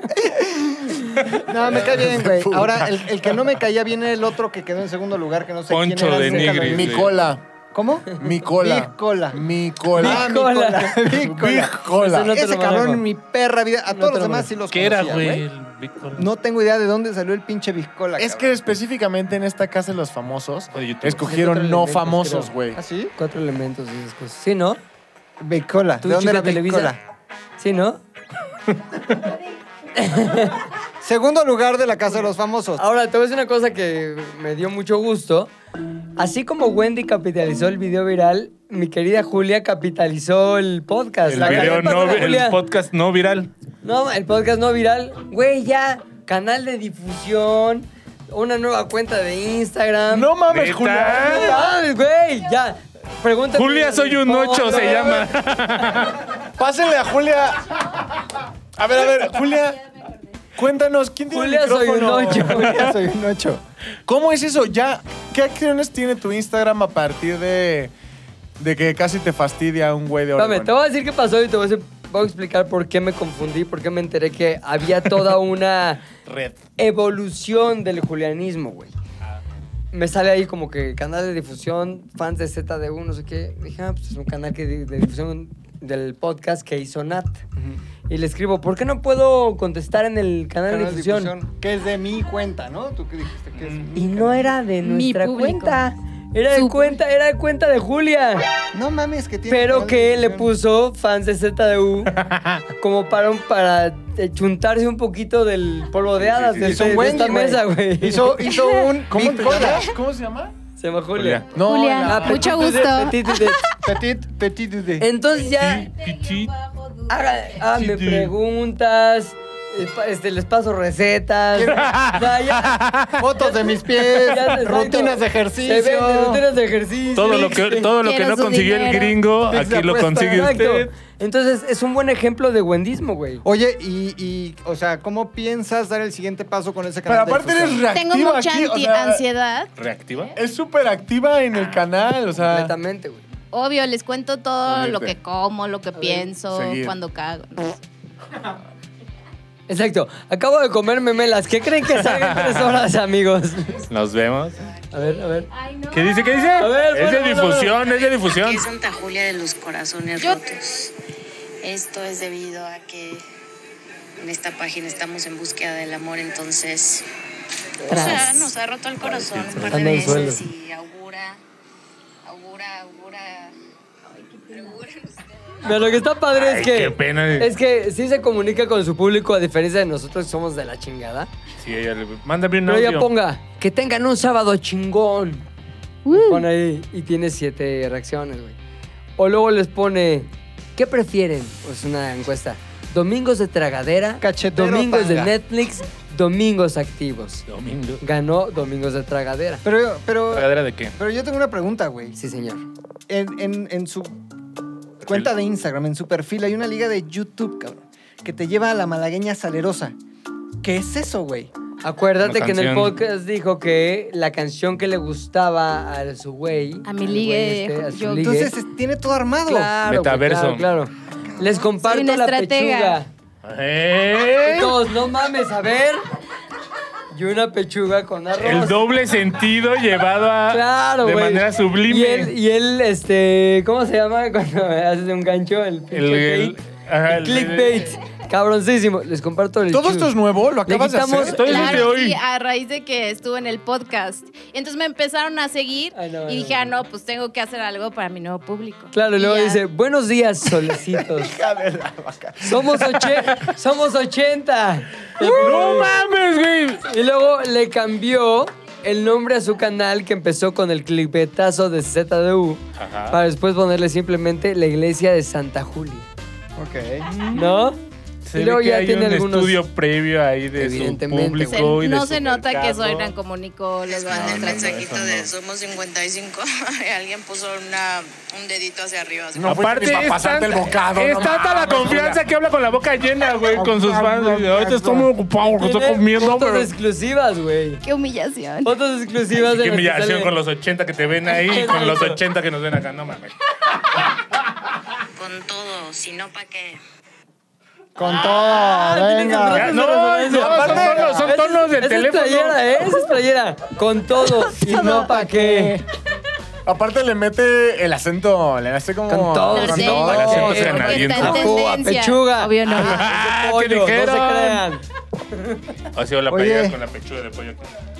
Speaker 5: No, me cae bien, güey. Ahora, el, el que no me caía bien era el otro que quedó en segundo lugar, que no sé
Speaker 4: Poncho
Speaker 5: quién era.
Speaker 4: de
Speaker 5: nunca lo
Speaker 4: Nigris.
Speaker 5: vi.
Speaker 2: Mi cola.
Speaker 5: ¿Cómo?
Speaker 2: Mi cola.
Speaker 5: Mi cola.
Speaker 2: Mi cola.
Speaker 5: Ah, mi
Speaker 3: cola.
Speaker 5: cola. Mi cola.
Speaker 2: Big cola.
Speaker 3: Eso no- te
Speaker 5: Ese
Speaker 3: lo
Speaker 5: cabrón,
Speaker 3: manejo.
Speaker 5: mi perra vida. A
Speaker 3: No
Speaker 5: todos
Speaker 3: te
Speaker 5: los
Speaker 3: lo
Speaker 5: demás
Speaker 3: manejo.
Speaker 5: sí los
Speaker 4: ¿Qué era,
Speaker 5: conocía,
Speaker 4: güey? el Bitcoin?
Speaker 5: No tengo idea de dónde salió el pinche bizcola.
Speaker 2: Es que específicamente en esta casa de los famosos
Speaker 4: O de YouTube.
Speaker 3: Otro
Speaker 2: escogieron no
Speaker 3: elemento,
Speaker 2: famosos,
Speaker 3: creo.
Speaker 2: güey.
Speaker 5: ¿Así?
Speaker 3: Cuatro elementos y esas cosas. Sí, ¿no?
Speaker 5: Bizcola.
Speaker 3: ¿Tú,
Speaker 5: ¿De dónde
Speaker 3: chica
Speaker 5: era
Speaker 3: Televisa?
Speaker 5: Bizcola?
Speaker 3: Sí, ¿no?
Speaker 5: Segundo lugar de la Casa de los Famosos.
Speaker 3: Ahora, te voy a decir una cosa que me dio mucho gusto. Así como Wendy capitalizó el video viral, mi querida Julia capitalizó el podcast.
Speaker 4: El,
Speaker 3: La cagué
Speaker 4: video
Speaker 3: para
Speaker 4: no,
Speaker 3: la
Speaker 4: vi-
Speaker 3: Julia.
Speaker 4: el podcast no viral.
Speaker 3: No, el podcast no viral. Güey, ya, canal de difusión, una nueva cuenta de Instagram.
Speaker 2: No mames,
Speaker 4: ¿Neta?
Speaker 3: No
Speaker 2: Julia.
Speaker 3: mames, güey, ya. Pregúntame.
Speaker 4: Julia soy un ocho, se llama.
Speaker 2: Pásenle a Julia. A ver, a ver, Julia. Cuéntanos, ¿quién tiene
Speaker 3: Julia
Speaker 2: el
Speaker 3: soy un
Speaker 2: micrófono?
Speaker 3: ocho.
Speaker 5: Ya soy un 8.
Speaker 2: ¿Cómo es eso? Ya, ¿qué acciones tiene tu Instagram a partir de, de que casi te fastidia un güey de Oregon?
Speaker 3: Espérame, te voy a decir qué pasó y te voy a, decir- voy a explicar por qué me confundí, por qué me enteré que había toda una
Speaker 4: Red.
Speaker 3: evolución del julianismo, güey. Me sale ahí como que canal de difusión, fans de ZDU, no sé qué. Dije, ah, pues es un canal que di- de difusión del podcast que hizo Nat. Y le escribo, ¿por qué no puedo contestar en el canal, de difusión?
Speaker 5: Que es de mi cuenta, ¿no? Tú qué dijiste que es mi
Speaker 3: Y no
Speaker 5: canal.
Speaker 3: era de
Speaker 6: Mi
Speaker 3: nuestra
Speaker 6: público.
Speaker 3: cuenta. Era de
Speaker 6: Su-
Speaker 3: cuenta, era de cuenta de Julia.
Speaker 5: No mames, que tiene.
Speaker 3: Mm. Pero que le
Speaker 5: puso
Speaker 3: puso fans de ZDU como para, un- para eh, chuntarse un poquito del polvo de hadas
Speaker 4: sí,
Speaker 3: de,
Speaker 4: sí.
Speaker 5: Hizo
Speaker 3: de-
Speaker 5: un
Speaker 3: de
Speaker 5: Wendy,
Speaker 3: esta
Speaker 5: güey.
Speaker 3: mesa, güey.
Speaker 5: Hizo, hizo un.
Speaker 2: ¿Cómo,
Speaker 5: Big
Speaker 2: te
Speaker 5: Cola.
Speaker 2: llamas? ¿Cómo se llama?
Speaker 3: Se llama Julia.
Speaker 4: Julia.
Speaker 2: No,
Speaker 6: Julia, mucho gusto.
Speaker 3: Petit, petit, petit.
Speaker 5: Petit, petit, de.
Speaker 3: Entonces ya,
Speaker 4: Pichit.
Speaker 3: haga, me
Speaker 4: Sí, sí.
Speaker 3: preguntas, eh, pa- este, les paso recetas. O sea, ya-
Speaker 5: Fotos de mis pies,
Speaker 3: Ya se-
Speaker 5: rutinas
Speaker 3: se
Speaker 5: de
Speaker 3: ven de
Speaker 5: ejercicio.
Speaker 3: rutinas de ejercicio.
Speaker 4: Todo lo que, todo lo que
Speaker 6: Quiero
Speaker 4: no
Speaker 6: su
Speaker 4: consiguió el
Speaker 6: dinero.
Speaker 4: gringo,
Speaker 5: Pizza
Speaker 4: aquí lo
Speaker 5: puesta,
Speaker 4: consigue
Speaker 3: Exacto.
Speaker 4: usted.
Speaker 3: Entonces es un buen ejemplo de buendismo, güey.
Speaker 5: Oye, y, y, o sea, ¿cómo piensas dar el siguiente paso con ese
Speaker 2: Pero
Speaker 5: canal? de
Speaker 2: aparte eres
Speaker 5: difusión?
Speaker 2: reactiva
Speaker 6: Tengo mucha
Speaker 2: aquí, o
Speaker 6: anti-
Speaker 2: sea,
Speaker 6: ansiedad.
Speaker 4: ¿Reactiva?
Speaker 2: Es súper activa en el canal, o sea.
Speaker 3: Completamente, güey.
Speaker 6: Obvio, les cuento todo
Speaker 2: Obviamente.
Speaker 6: lo que como, lo que pienso,
Speaker 2: seguir.
Speaker 6: cuando cago.
Speaker 3: Exacto. Acabo de comerme melas. ¿Qué creen que salgan en tres horas, amigos?
Speaker 4: Nos vemos.
Speaker 3: A ver, a ver.
Speaker 4: ¿Qué dice? ¿Qué dice?
Speaker 3: ver,
Speaker 4: es
Speaker 3: bueno,
Speaker 4: de
Speaker 3: bueno,
Speaker 4: difusión, es de difusión.
Speaker 7: Aquí es Santa Julia de los corazones
Speaker 6: Yo-
Speaker 7: rotos. Esto es debido a que en esta página estamos en búsqueda del amor, entonces o sea, nos ha roto el corazón un par de
Speaker 3: Anda en el
Speaker 7: veces y augura, augura, augura. auguran ustedes.
Speaker 3: Pero lo que está padre
Speaker 4: Ay,
Speaker 3: es que.
Speaker 4: qué pena.
Speaker 3: Es que sí se comunica con su público, a diferencia de nosotros que somos de la chingada.
Speaker 4: Sí, ella le... Mándame un
Speaker 3: Pero
Speaker 4: audio.
Speaker 3: ya ponga, que tengan un sábado chingón.
Speaker 6: Mm.
Speaker 3: Y Pone ahí y tiene siete reacciones, güey. O luego les pone, ¿qué prefieren? Es una encuesta. Domingos de tragadera,
Speaker 5: Cachetero
Speaker 3: domingos
Speaker 5: tanga.
Speaker 3: de Netflix, domingos activos.
Speaker 4: Domingo.
Speaker 3: Ganó domingos de tragadera.
Speaker 5: Pero, pero,
Speaker 4: ¿Tragadera de qué?
Speaker 5: pero yo tengo una pregunta, güey.
Speaker 3: Sí, señor.
Speaker 5: En, en, en su cuenta de Instagram, en su perfil, hay una liga de YouTube, cabrón, que te lleva a la malagueña salerosa. ¿Qué es eso, güey?
Speaker 3: Acuérdate
Speaker 4: Una
Speaker 3: que en el
Speaker 4: canción.
Speaker 3: podcast dijo que la canción que le gustaba a su güey.
Speaker 6: A mi
Speaker 3: al
Speaker 6: ligue,
Speaker 3: güey este, a su
Speaker 6: yo-
Speaker 3: ligue,
Speaker 5: Entonces es- tiene todo armado.
Speaker 3: Claro, güey,
Speaker 4: Metaverso.
Speaker 3: claro, claro. Les comparto
Speaker 6: una
Speaker 3: la
Speaker 6: estratega.
Speaker 3: pechuga.
Speaker 4: ¡Eh!
Speaker 3: Y todos, no mames, a ver. Y una pechuga con arroz.
Speaker 4: El doble sentido llevado a...
Speaker 3: Claro,
Speaker 4: De
Speaker 3: güey.
Speaker 4: manera sublime.
Speaker 3: Y él, y él, este, ¿cómo se llama cuando haces un gancho? El, pinche
Speaker 4: El- el-
Speaker 3: click?
Speaker 4: ajá,
Speaker 3: El
Speaker 4: el-
Speaker 3: clickbait. Cabroncísimo. Les comparto el
Speaker 2: Todo
Speaker 3: chulo.
Speaker 2: esto es nuevo, lo acabas de
Speaker 3: quitamos-
Speaker 2: hacer.
Speaker 4: Todo eso es de
Speaker 6: Claro,
Speaker 4: hoy.
Speaker 6: sí, a raíz de que estuve en el podcast. Entonces me empezaron a seguir
Speaker 3: Ay, no, no,
Speaker 6: y dije,
Speaker 3: no.
Speaker 6: ah, no, pues tengo que hacer algo para mi nuevo público.
Speaker 3: Claro, y
Speaker 6: Y
Speaker 3: luego
Speaker 6: ya.
Speaker 3: dice, buenos días, solecitos. somos, oche- somos 80.
Speaker 4: ¡No mames, güey!
Speaker 3: Y luego le cambió el nombre a su canal que empezó con el clipetazo de ZDU
Speaker 4: Ajá.
Speaker 3: para después ponerle simplemente la iglesia de Santa Julia.
Speaker 5: Ok.
Speaker 2: Ah.
Speaker 3: ¿no?
Speaker 4: Se
Speaker 3: y luego
Speaker 4: ve que
Speaker 3: ya
Speaker 4: hay
Speaker 3: tiene
Speaker 4: un
Speaker 3: algunos.
Speaker 4: estudio previo ahí de su
Speaker 3: Evidentemente,
Speaker 4: público
Speaker 6: Se-
Speaker 4: y de
Speaker 6: no
Speaker 4: su
Speaker 6: se nota que
Speaker 4: mercado.
Speaker 6: soy gran comunicólogo.
Speaker 7: Les mandé
Speaker 4: no,
Speaker 7: el
Speaker 4: no,
Speaker 7: mensajito
Speaker 4: eso no.
Speaker 7: de somos 55 y alguien puso una, un dedito hacia arriba. así
Speaker 2: No. fuiste ni pa' pasarte el bocado,
Speaker 4: es
Speaker 2: no
Speaker 4: tanta la
Speaker 2: mames,
Speaker 4: confianza que habla con la boca llena, güey, con sus fans.
Speaker 5: no,
Speaker 4: Y de, Ahorita
Speaker 5: no.
Speaker 4: estoy muy ocupado porque estoy
Speaker 3: Tiene
Speaker 4: comiendo,
Speaker 3: Fotos
Speaker 4: pues, pero...
Speaker 3: exclusivas, güey.
Speaker 6: Qué humillación.
Speaker 3: Fotos exclusivas de las
Speaker 4: Qué
Speaker 3: que
Speaker 4: humillación
Speaker 3: sale.
Speaker 4: con los 80 que te ven ahí y con los 80 que nos ven acá. No mames.
Speaker 7: Con todo, si no, ¿para qué?
Speaker 3: Ah,
Speaker 5: Con todo. Venga.
Speaker 4: Ya, no, no, son tonos, son tonos del
Speaker 3: Esa
Speaker 4: teléfono.
Speaker 3: Es playera, ¿eh? Esa es playera. Con todo. y no pa'
Speaker 5: Eh,
Speaker 3: qué.
Speaker 2: Aparte le mete el acento, le hace como.
Speaker 3: Con todo,
Speaker 2: con
Speaker 6: sí.
Speaker 2: todo.
Speaker 4: El acento
Speaker 6: Porque
Speaker 4: canadiense.
Speaker 6: está en
Speaker 3: Capúa,
Speaker 6: tendencia.
Speaker 3: pechuga.
Speaker 6: Obvio no.
Speaker 4: Ah,
Speaker 3: Pollo,
Speaker 4: ¿qué dijeron?
Speaker 3: No se crean.
Speaker 4: Ha sido la
Speaker 5: Oye.
Speaker 4: playera con la pechuga de pollo.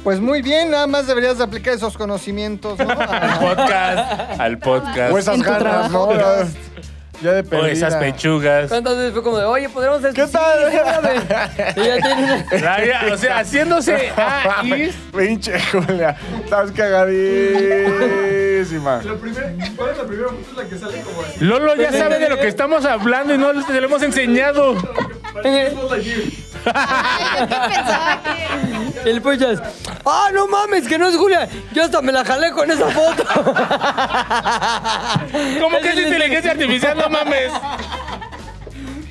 Speaker 5: Pues muy bien, nada más deberías de aplicar esos conocimientos, ¿no? Ah,
Speaker 4: Al
Speaker 5: A-
Speaker 4: podcast, al podcast.
Speaker 2: O esas
Speaker 6: En tu
Speaker 2: ganas,
Speaker 6: trabajo.
Speaker 2: ¿no? Ya, ya de
Speaker 4: O esas
Speaker 2: perdida.
Speaker 4: pechugas.
Speaker 3: ¿Cuántas veces fue como de, oye, podríamos hacer
Speaker 2: ¿Qué
Speaker 3: sí,
Speaker 2: tal?
Speaker 3: déjame. Y ya tiene una-
Speaker 4: La vida, o sea, haciéndose ah, y-
Speaker 2: Pinche Julia, estás cagadísima.
Speaker 4: Lolo ya
Speaker 2: Pues,
Speaker 4: sabe de lo que estamos hablando y no le hemos enseñado.
Speaker 6: Ay, yo qué pensaba que...
Speaker 3: El puchas. ¡Ah, no mames! Que no es Julia. Yo hasta me la jalé con esa foto.
Speaker 4: ¿Cómo que es inteligencia artificial? No mames.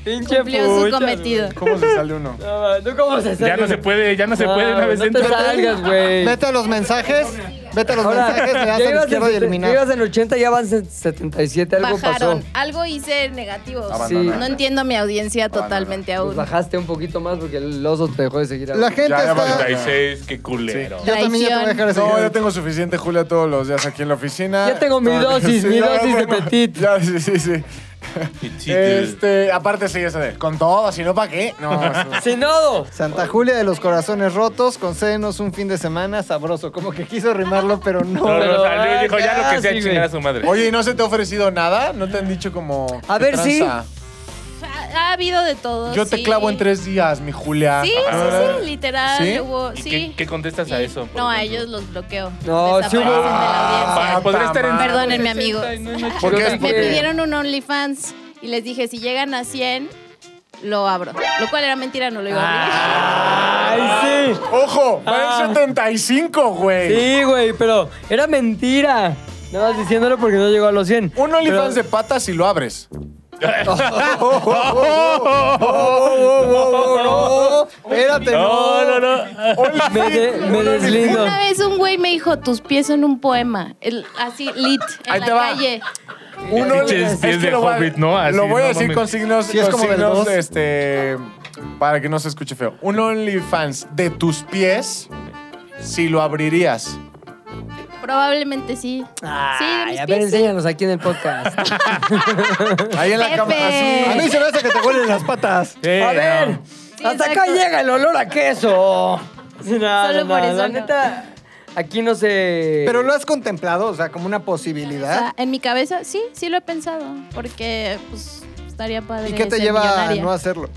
Speaker 3: Pinche
Speaker 6: Cumplió su
Speaker 3: puchas,
Speaker 6: cometido.
Speaker 2: ¿Cómo se sale uno?
Speaker 3: güey. No, man, ¿Tú cómo se
Speaker 4: Ya
Speaker 3: sale?
Speaker 4: no se puede, ya no se puede una vez
Speaker 3: Ah, no te
Speaker 4: dentro.
Speaker 3: salgas, güey.
Speaker 5: Vete a los mensajes, vete a los
Speaker 3: Ahora,
Speaker 5: mensajes, le
Speaker 3: ya
Speaker 5: das a la
Speaker 3: ibas
Speaker 5: izquierda y
Speaker 3: en, ya
Speaker 5: eliminar.
Speaker 3: ibas en 80, ya van en 77, algo
Speaker 6: Bajaron.
Speaker 3: pasó.
Speaker 6: Algo hice negativo.
Speaker 3: Sí.
Speaker 6: No entiendo a mi audiencia totalmente
Speaker 3: Pues
Speaker 6: aún.
Speaker 3: bajaste un poquito más porque el oso te dejó de seguir. a-
Speaker 5: La gente
Speaker 2: Ya, ya
Speaker 5: está...
Speaker 2: vale.
Speaker 4: 36, qué culero.
Speaker 5: Yo también ya te voy a dejar de
Speaker 2: No,
Speaker 5: seguir.
Speaker 2: ya tengo suficiente Julia todos los días aquí en la oficina.
Speaker 3: Ya tengo mi
Speaker 2: Todos-
Speaker 3: dosis, mi
Speaker 2: ya
Speaker 3: dosis de
Speaker 2: tengo-
Speaker 3: petit.
Speaker 2: Ya, sí, sí, sí. Este, aparte sí, ese de, con todo, si no, ¿para qué? No, eso-
Speaker 3: ¡Sinodo!
Speaker 5: Santa Julia de los Corazones Rotos, concédenos un fin de semana sabroso. Como que quiso rimarlo, pero no.
Speaker 4: No, no,
Speaker 3: pero-
Speaker 4: salió y dijo, ya lo
Speaker 3: ah,
Speaker 4: que sea,
Speaker 3: sí,
Speaker 4: chingar
Speaker 3: güey.
Speaker 4: a su madre.
Speaker 2: Oye, ¿y no se te ha ofrecido nada? ¿No te han dicho como...
Speaker 3: A
Speaker 2: ¿qué
Speaker 3: ver, sí.
Speaker 2: tranza?
Speaker 6: Ha, ha habido de todo.
Speaker 2: Yo te
Speaker 6: Oh, sí.
Speaker 2: clavo en tres días, mi Julia.
Speaker 6: Sí,
Speaker 4: Ajá.
Speaker 6: sí, sí, literal.
Speaker 2: ¿Sí?
Speaker 6: Hubo,
Speaker 4: ¿Y
Speaker 6: sí.
Speaker 4: qué, qué contestas a
Speaker 6: Y-
Speaker 4: eso? por
Speaker 6: No, a
Speaker 4: ejemplo?
Speaker 6: ellos los bloqueo.
Speaker 3: No, sí
Speaker 6: Desaparecen
Speaker 3: hubo-
Speaker 6: de la audiencia.
Speaker 4: Ah, podría estar en.
Speaker 2: Ah,
Speaker 6: Perdónenme, amigos.
Speaker 2: ¿Por qué?
Speaker 6: Me
Speaker 2: Porque-
Speaker 6: pidieron un OnlyFans y les dije, si llegan a 100, lo abro. Lo cual era mentira, no lo iba a abrir.
Speaker 3: ¡Ay, sí!
Speaker 2: ¡Ojo! ¡Va
Speaker 3: Ah.
Speaker 2: en 75, güey!
Speaker 3: Sí, güey, pero era mentira. Nada más diciéndolo porque no llegó a los 100.
Speaker 2: Un OnlyFans de
Speaker 3: Pero-
Speaker 2: patas si lo abres.
Speaker 5: Espérate,
Speaker 4: No, no, no.
Speaker 3: Me, de- me deslindo.
Speaker 6: Una vez un güey me dijo, tus pies son un poema. El- así, lit, en
Speaker 2: Ahí
Speaker 6: la
Speaker 2: te va.
Speaker 6: calle.
Speaker 2: Un
Speaker 4: Pinches
Speaker 2: Only-
Speaker 4: pies de
Speaker 2: lo voy a-
Speaker 4: Hobbit, ¿no? Así,
Speaker 2: lo voy a
Speaker 4: no
Speaker 2: decir
Speaker 4: mames.
Speaker 2: con signos,
Speaker 5: Sí, es
Speaker 2: con
Speaker 5: como del
Speaker 2: signos,
Speaker 5: dos.
Speaker 2: este, para que no se escuche feo. Un OnlyFans de tus pies, si lo abrirías.
Speaker 6: Probablemente sí. sí, de
Speaker 3: Ay,
Speaker 6: mis
Speaker 3: Ah, a ver,
Speaker 6: pies. sí.
Speaker 3: enséñanos aquí en el podcast.
Speaker 2: Ahí en la
Speaker 6: Pepe.
Speaker 2: cámara.
Speaker 5: A
Speaker 2: así.
Speaker 5: mí se me hace que te huelen las patas.
Speaker 4: Sí,
Speaker 3: a ver,
Speaker 4: no.
Speaker 3: hasta acá
Speaker 6: exacto.
Speaker 3: llega el olor a queso. Sí, no,
Speaker 6: Solo
Speaker 3: no,
Speaker 6: por
Speaker 3: no,
Speaker 6: eso
Speaker 3: La
Speaker 6: no.
Speaker 3: neta, aquí no se.
Speaker 5: Pero lo has contemplado, o sea, como una
Speaker 6: O sea,
Speaker 5: posibilidad.
Speaker 6: en mi cabeza, sí, sí lo he pensado. Porque, pues, estaría padre
Speaker 5: ¿Y qué te
Speaker 6: ser
Speaker 5: lleva
Speaker 6: millonaria.
Speaker 5: a no hacerlo?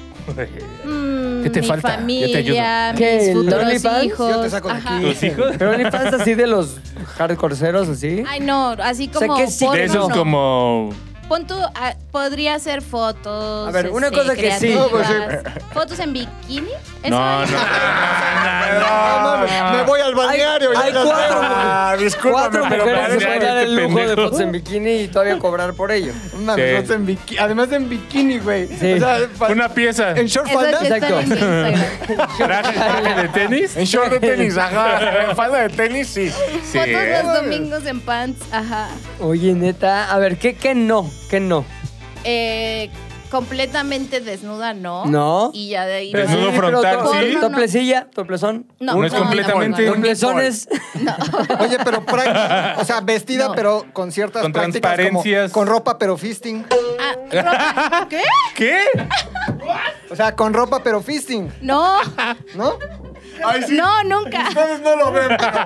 Speaker 6: Mm,
Speaker 4: ¿Qué te
Speaker 6: mi
Speaker 4: falta? Yo te
Speaker 6: familia,
Speaker 4: ayudo.
Speaker 3: ¿Qué,
Speaker 6: mis
Speaker 3: el
Speaker 6: futuros
Speaker 3: OnlyFans?
Speaker 6: hijos.
Speaker 5: Yo te saco de
Speaker 6: Ajá.
Speaker 4: ¿Tus hijos?
Speaker 3: Pero OnlyFans así de los hardcorceros, así.
Speaker 6: Ay, no, así
Speaker 3: O sea,
Speaker 6: como...
Speaker 3: ¿qué sí?
Speaker 6: porno,
Speaker 4: De esos
Speaker 6: no.
Speaker 4: como.
Speaker 6: Pon tú, ah, podría ser fotos.
Speaker 3: A ver, una
Speaker 6: este,
Speaker 3: cosa que sí.
Speaker 6: creativas. Fotos en bikini. Eso
Speaker 4: No, no. no,
Speaker 6: es-
Speaker 4: no, no, no.
Speaker 5: Ah, Me voy al balneario. ya
Speaker 3: hay
Speaker 5: las
Speaker 3: cuatro
Speaker 5: veo.
Speaker 2: Ah, discúlpame,
Speaker 3: Cuatro
Speaker 2: pero
Speaker 3: mujeres se
Speaker 4: parece
Speaker 3: pueden
Speaker 4: que
Speaker 3: dar el
Speaker 4: este
Speaker 3: lujo de
Speaker 4: pendejo.
Speaker 3: fotos en bikini y todavía cobrar por ello.
Speaker 5: Mames,
Speaker 4: Sí.
Speaker 5: fotos en bikini. Además en bikini, güey.
Speaker 3: Sí.
Speaker 5: O sea, pa-
Speaker 4: Una pieza.
Speaker 5: en short
Speaker 6: Esas que
Speaker 5: falda.
Speaker 6: están en Instagram.
Speaker 4: Traje, traje de tenis.
Speaker 2: En short de tenis, ajá. En falda de tenis, sí.
Speaker 4: Sí.
Speaker 6: Fotos los domingos en pants. Ajá.
Speaker 3: Oye, neta, a ver, ¿qué, qué no? ¿Qué no?
Speaker 6: Eh, completamente desnuda, ¿no.
Speaker 3: No.
Speaker 6: Y ya de ahí.
Speaker 4: Desnudo
Speaker 3: Sí, pero
Speaker 4: frontal,
Speaker 3: to-
Speaker 6: ¿sí?
Speaker 3: Toplecilla, toplezón.
Speaker 6: No,
Speaker 4: No es completamente.
Speaker 6: no, no, no.
Speaker 3: Toplezones.
Speaker 5: Oye, pero práctica. O sea, vestida,
Speaker 6: No.
Speaker 5: pero con ciertas
Speaker 4: Con
Speaker 5: prácticas. como
Speaker 4: transparencias.
Speaker 5: con ropa, pero fisting.
Speaker 6: Ah, ropa- ¿Qué?
Speaker 4: ¿Qué?
Speaker 5: O sea, con ropa, pero fisting,
Speaker 6: No,
Speaker 5: ¿no?
Speaker 2: Ay, sí.
Speaker 6: no, nunca.
Speaker 2: Ustedes no lo ven, pero,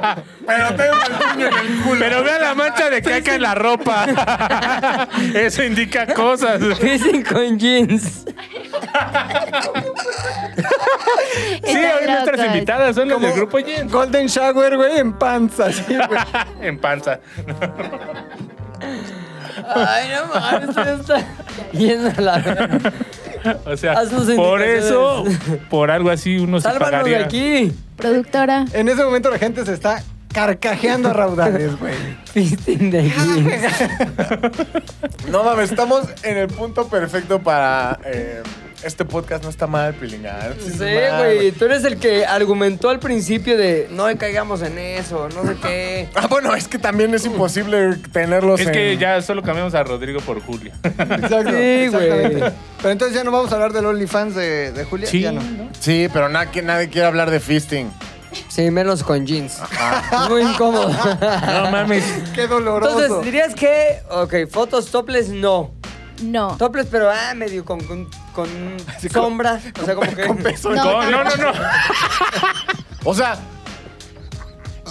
Speaker 2: pero tengo el puño en el culo.
Speaker 4: Pero vea la mancha de caca en la ropa. Eso indica cosas.
Speaker 3: Piercing con jeans.
Speaker 4: Sí, hoy nuestras invitadas son las del grupo Jens.
Speaker 5: Golden shower, güey, en panza. así, güey.
Speaker 4: En panza.
Speaker 3: Ay, no mames, esto está yendo a la verga.
Speaker 4: O sea,
Speaker 3: Haz tus
Speaker 4: por eso,
Speaker 3: indicaciones.
Speaker 4: por algo así uno se
Speaker 3: Sálvanos de
Speaker 4: Pues pagaría.
Speaker 3: aquí.
Speaker 6: Productora.
Speaker 5: En ese momento la gente se está carcajeando a raudales, güey.
Speaker 3: Piercing de jeans.
Speaker 2: No mames, estamos en el punto perfecto para. eh, este podcast no está mal, Pilinga.
Speaker 3: Sí, pues, güey. Tú eres el que argumentó al principio de no caigamos en eso, no sé qué.
Speaker 2: Ah, bueno, es que también es imposible tenerlos
Speaker 4: Es que
Speaker 2: en-
Speaker 4: ya solo cambiamos a Rodrigo por Julia.
Speaker 5: Exacto.
Speaker 3: Sí, güey.
Speaker 5: exactamente. Pero entonces ya no vamos a hablar del OnlyFans de, de Julia.
Speaker 4: Sí,
Speaker 5: ya no.
Speaker 2: Sí, pero na- que nadie quiere hablar de fisting.
Speaker 3: Sí, menos con jeans. Es Muy incómodo.
Speaker 4: No mames.
Speaker 5: Qué doloroso.
Speaker 3: Entonces, dirías que, ok, fotos toples no.
Speaker 6: No.
Speaker 3: Toples, pero ah, medio con, con, con sombra. o sea, como que.
Speaker 6: No,
Speaker 4: No, no, no, no.
Speaker 2: O sea,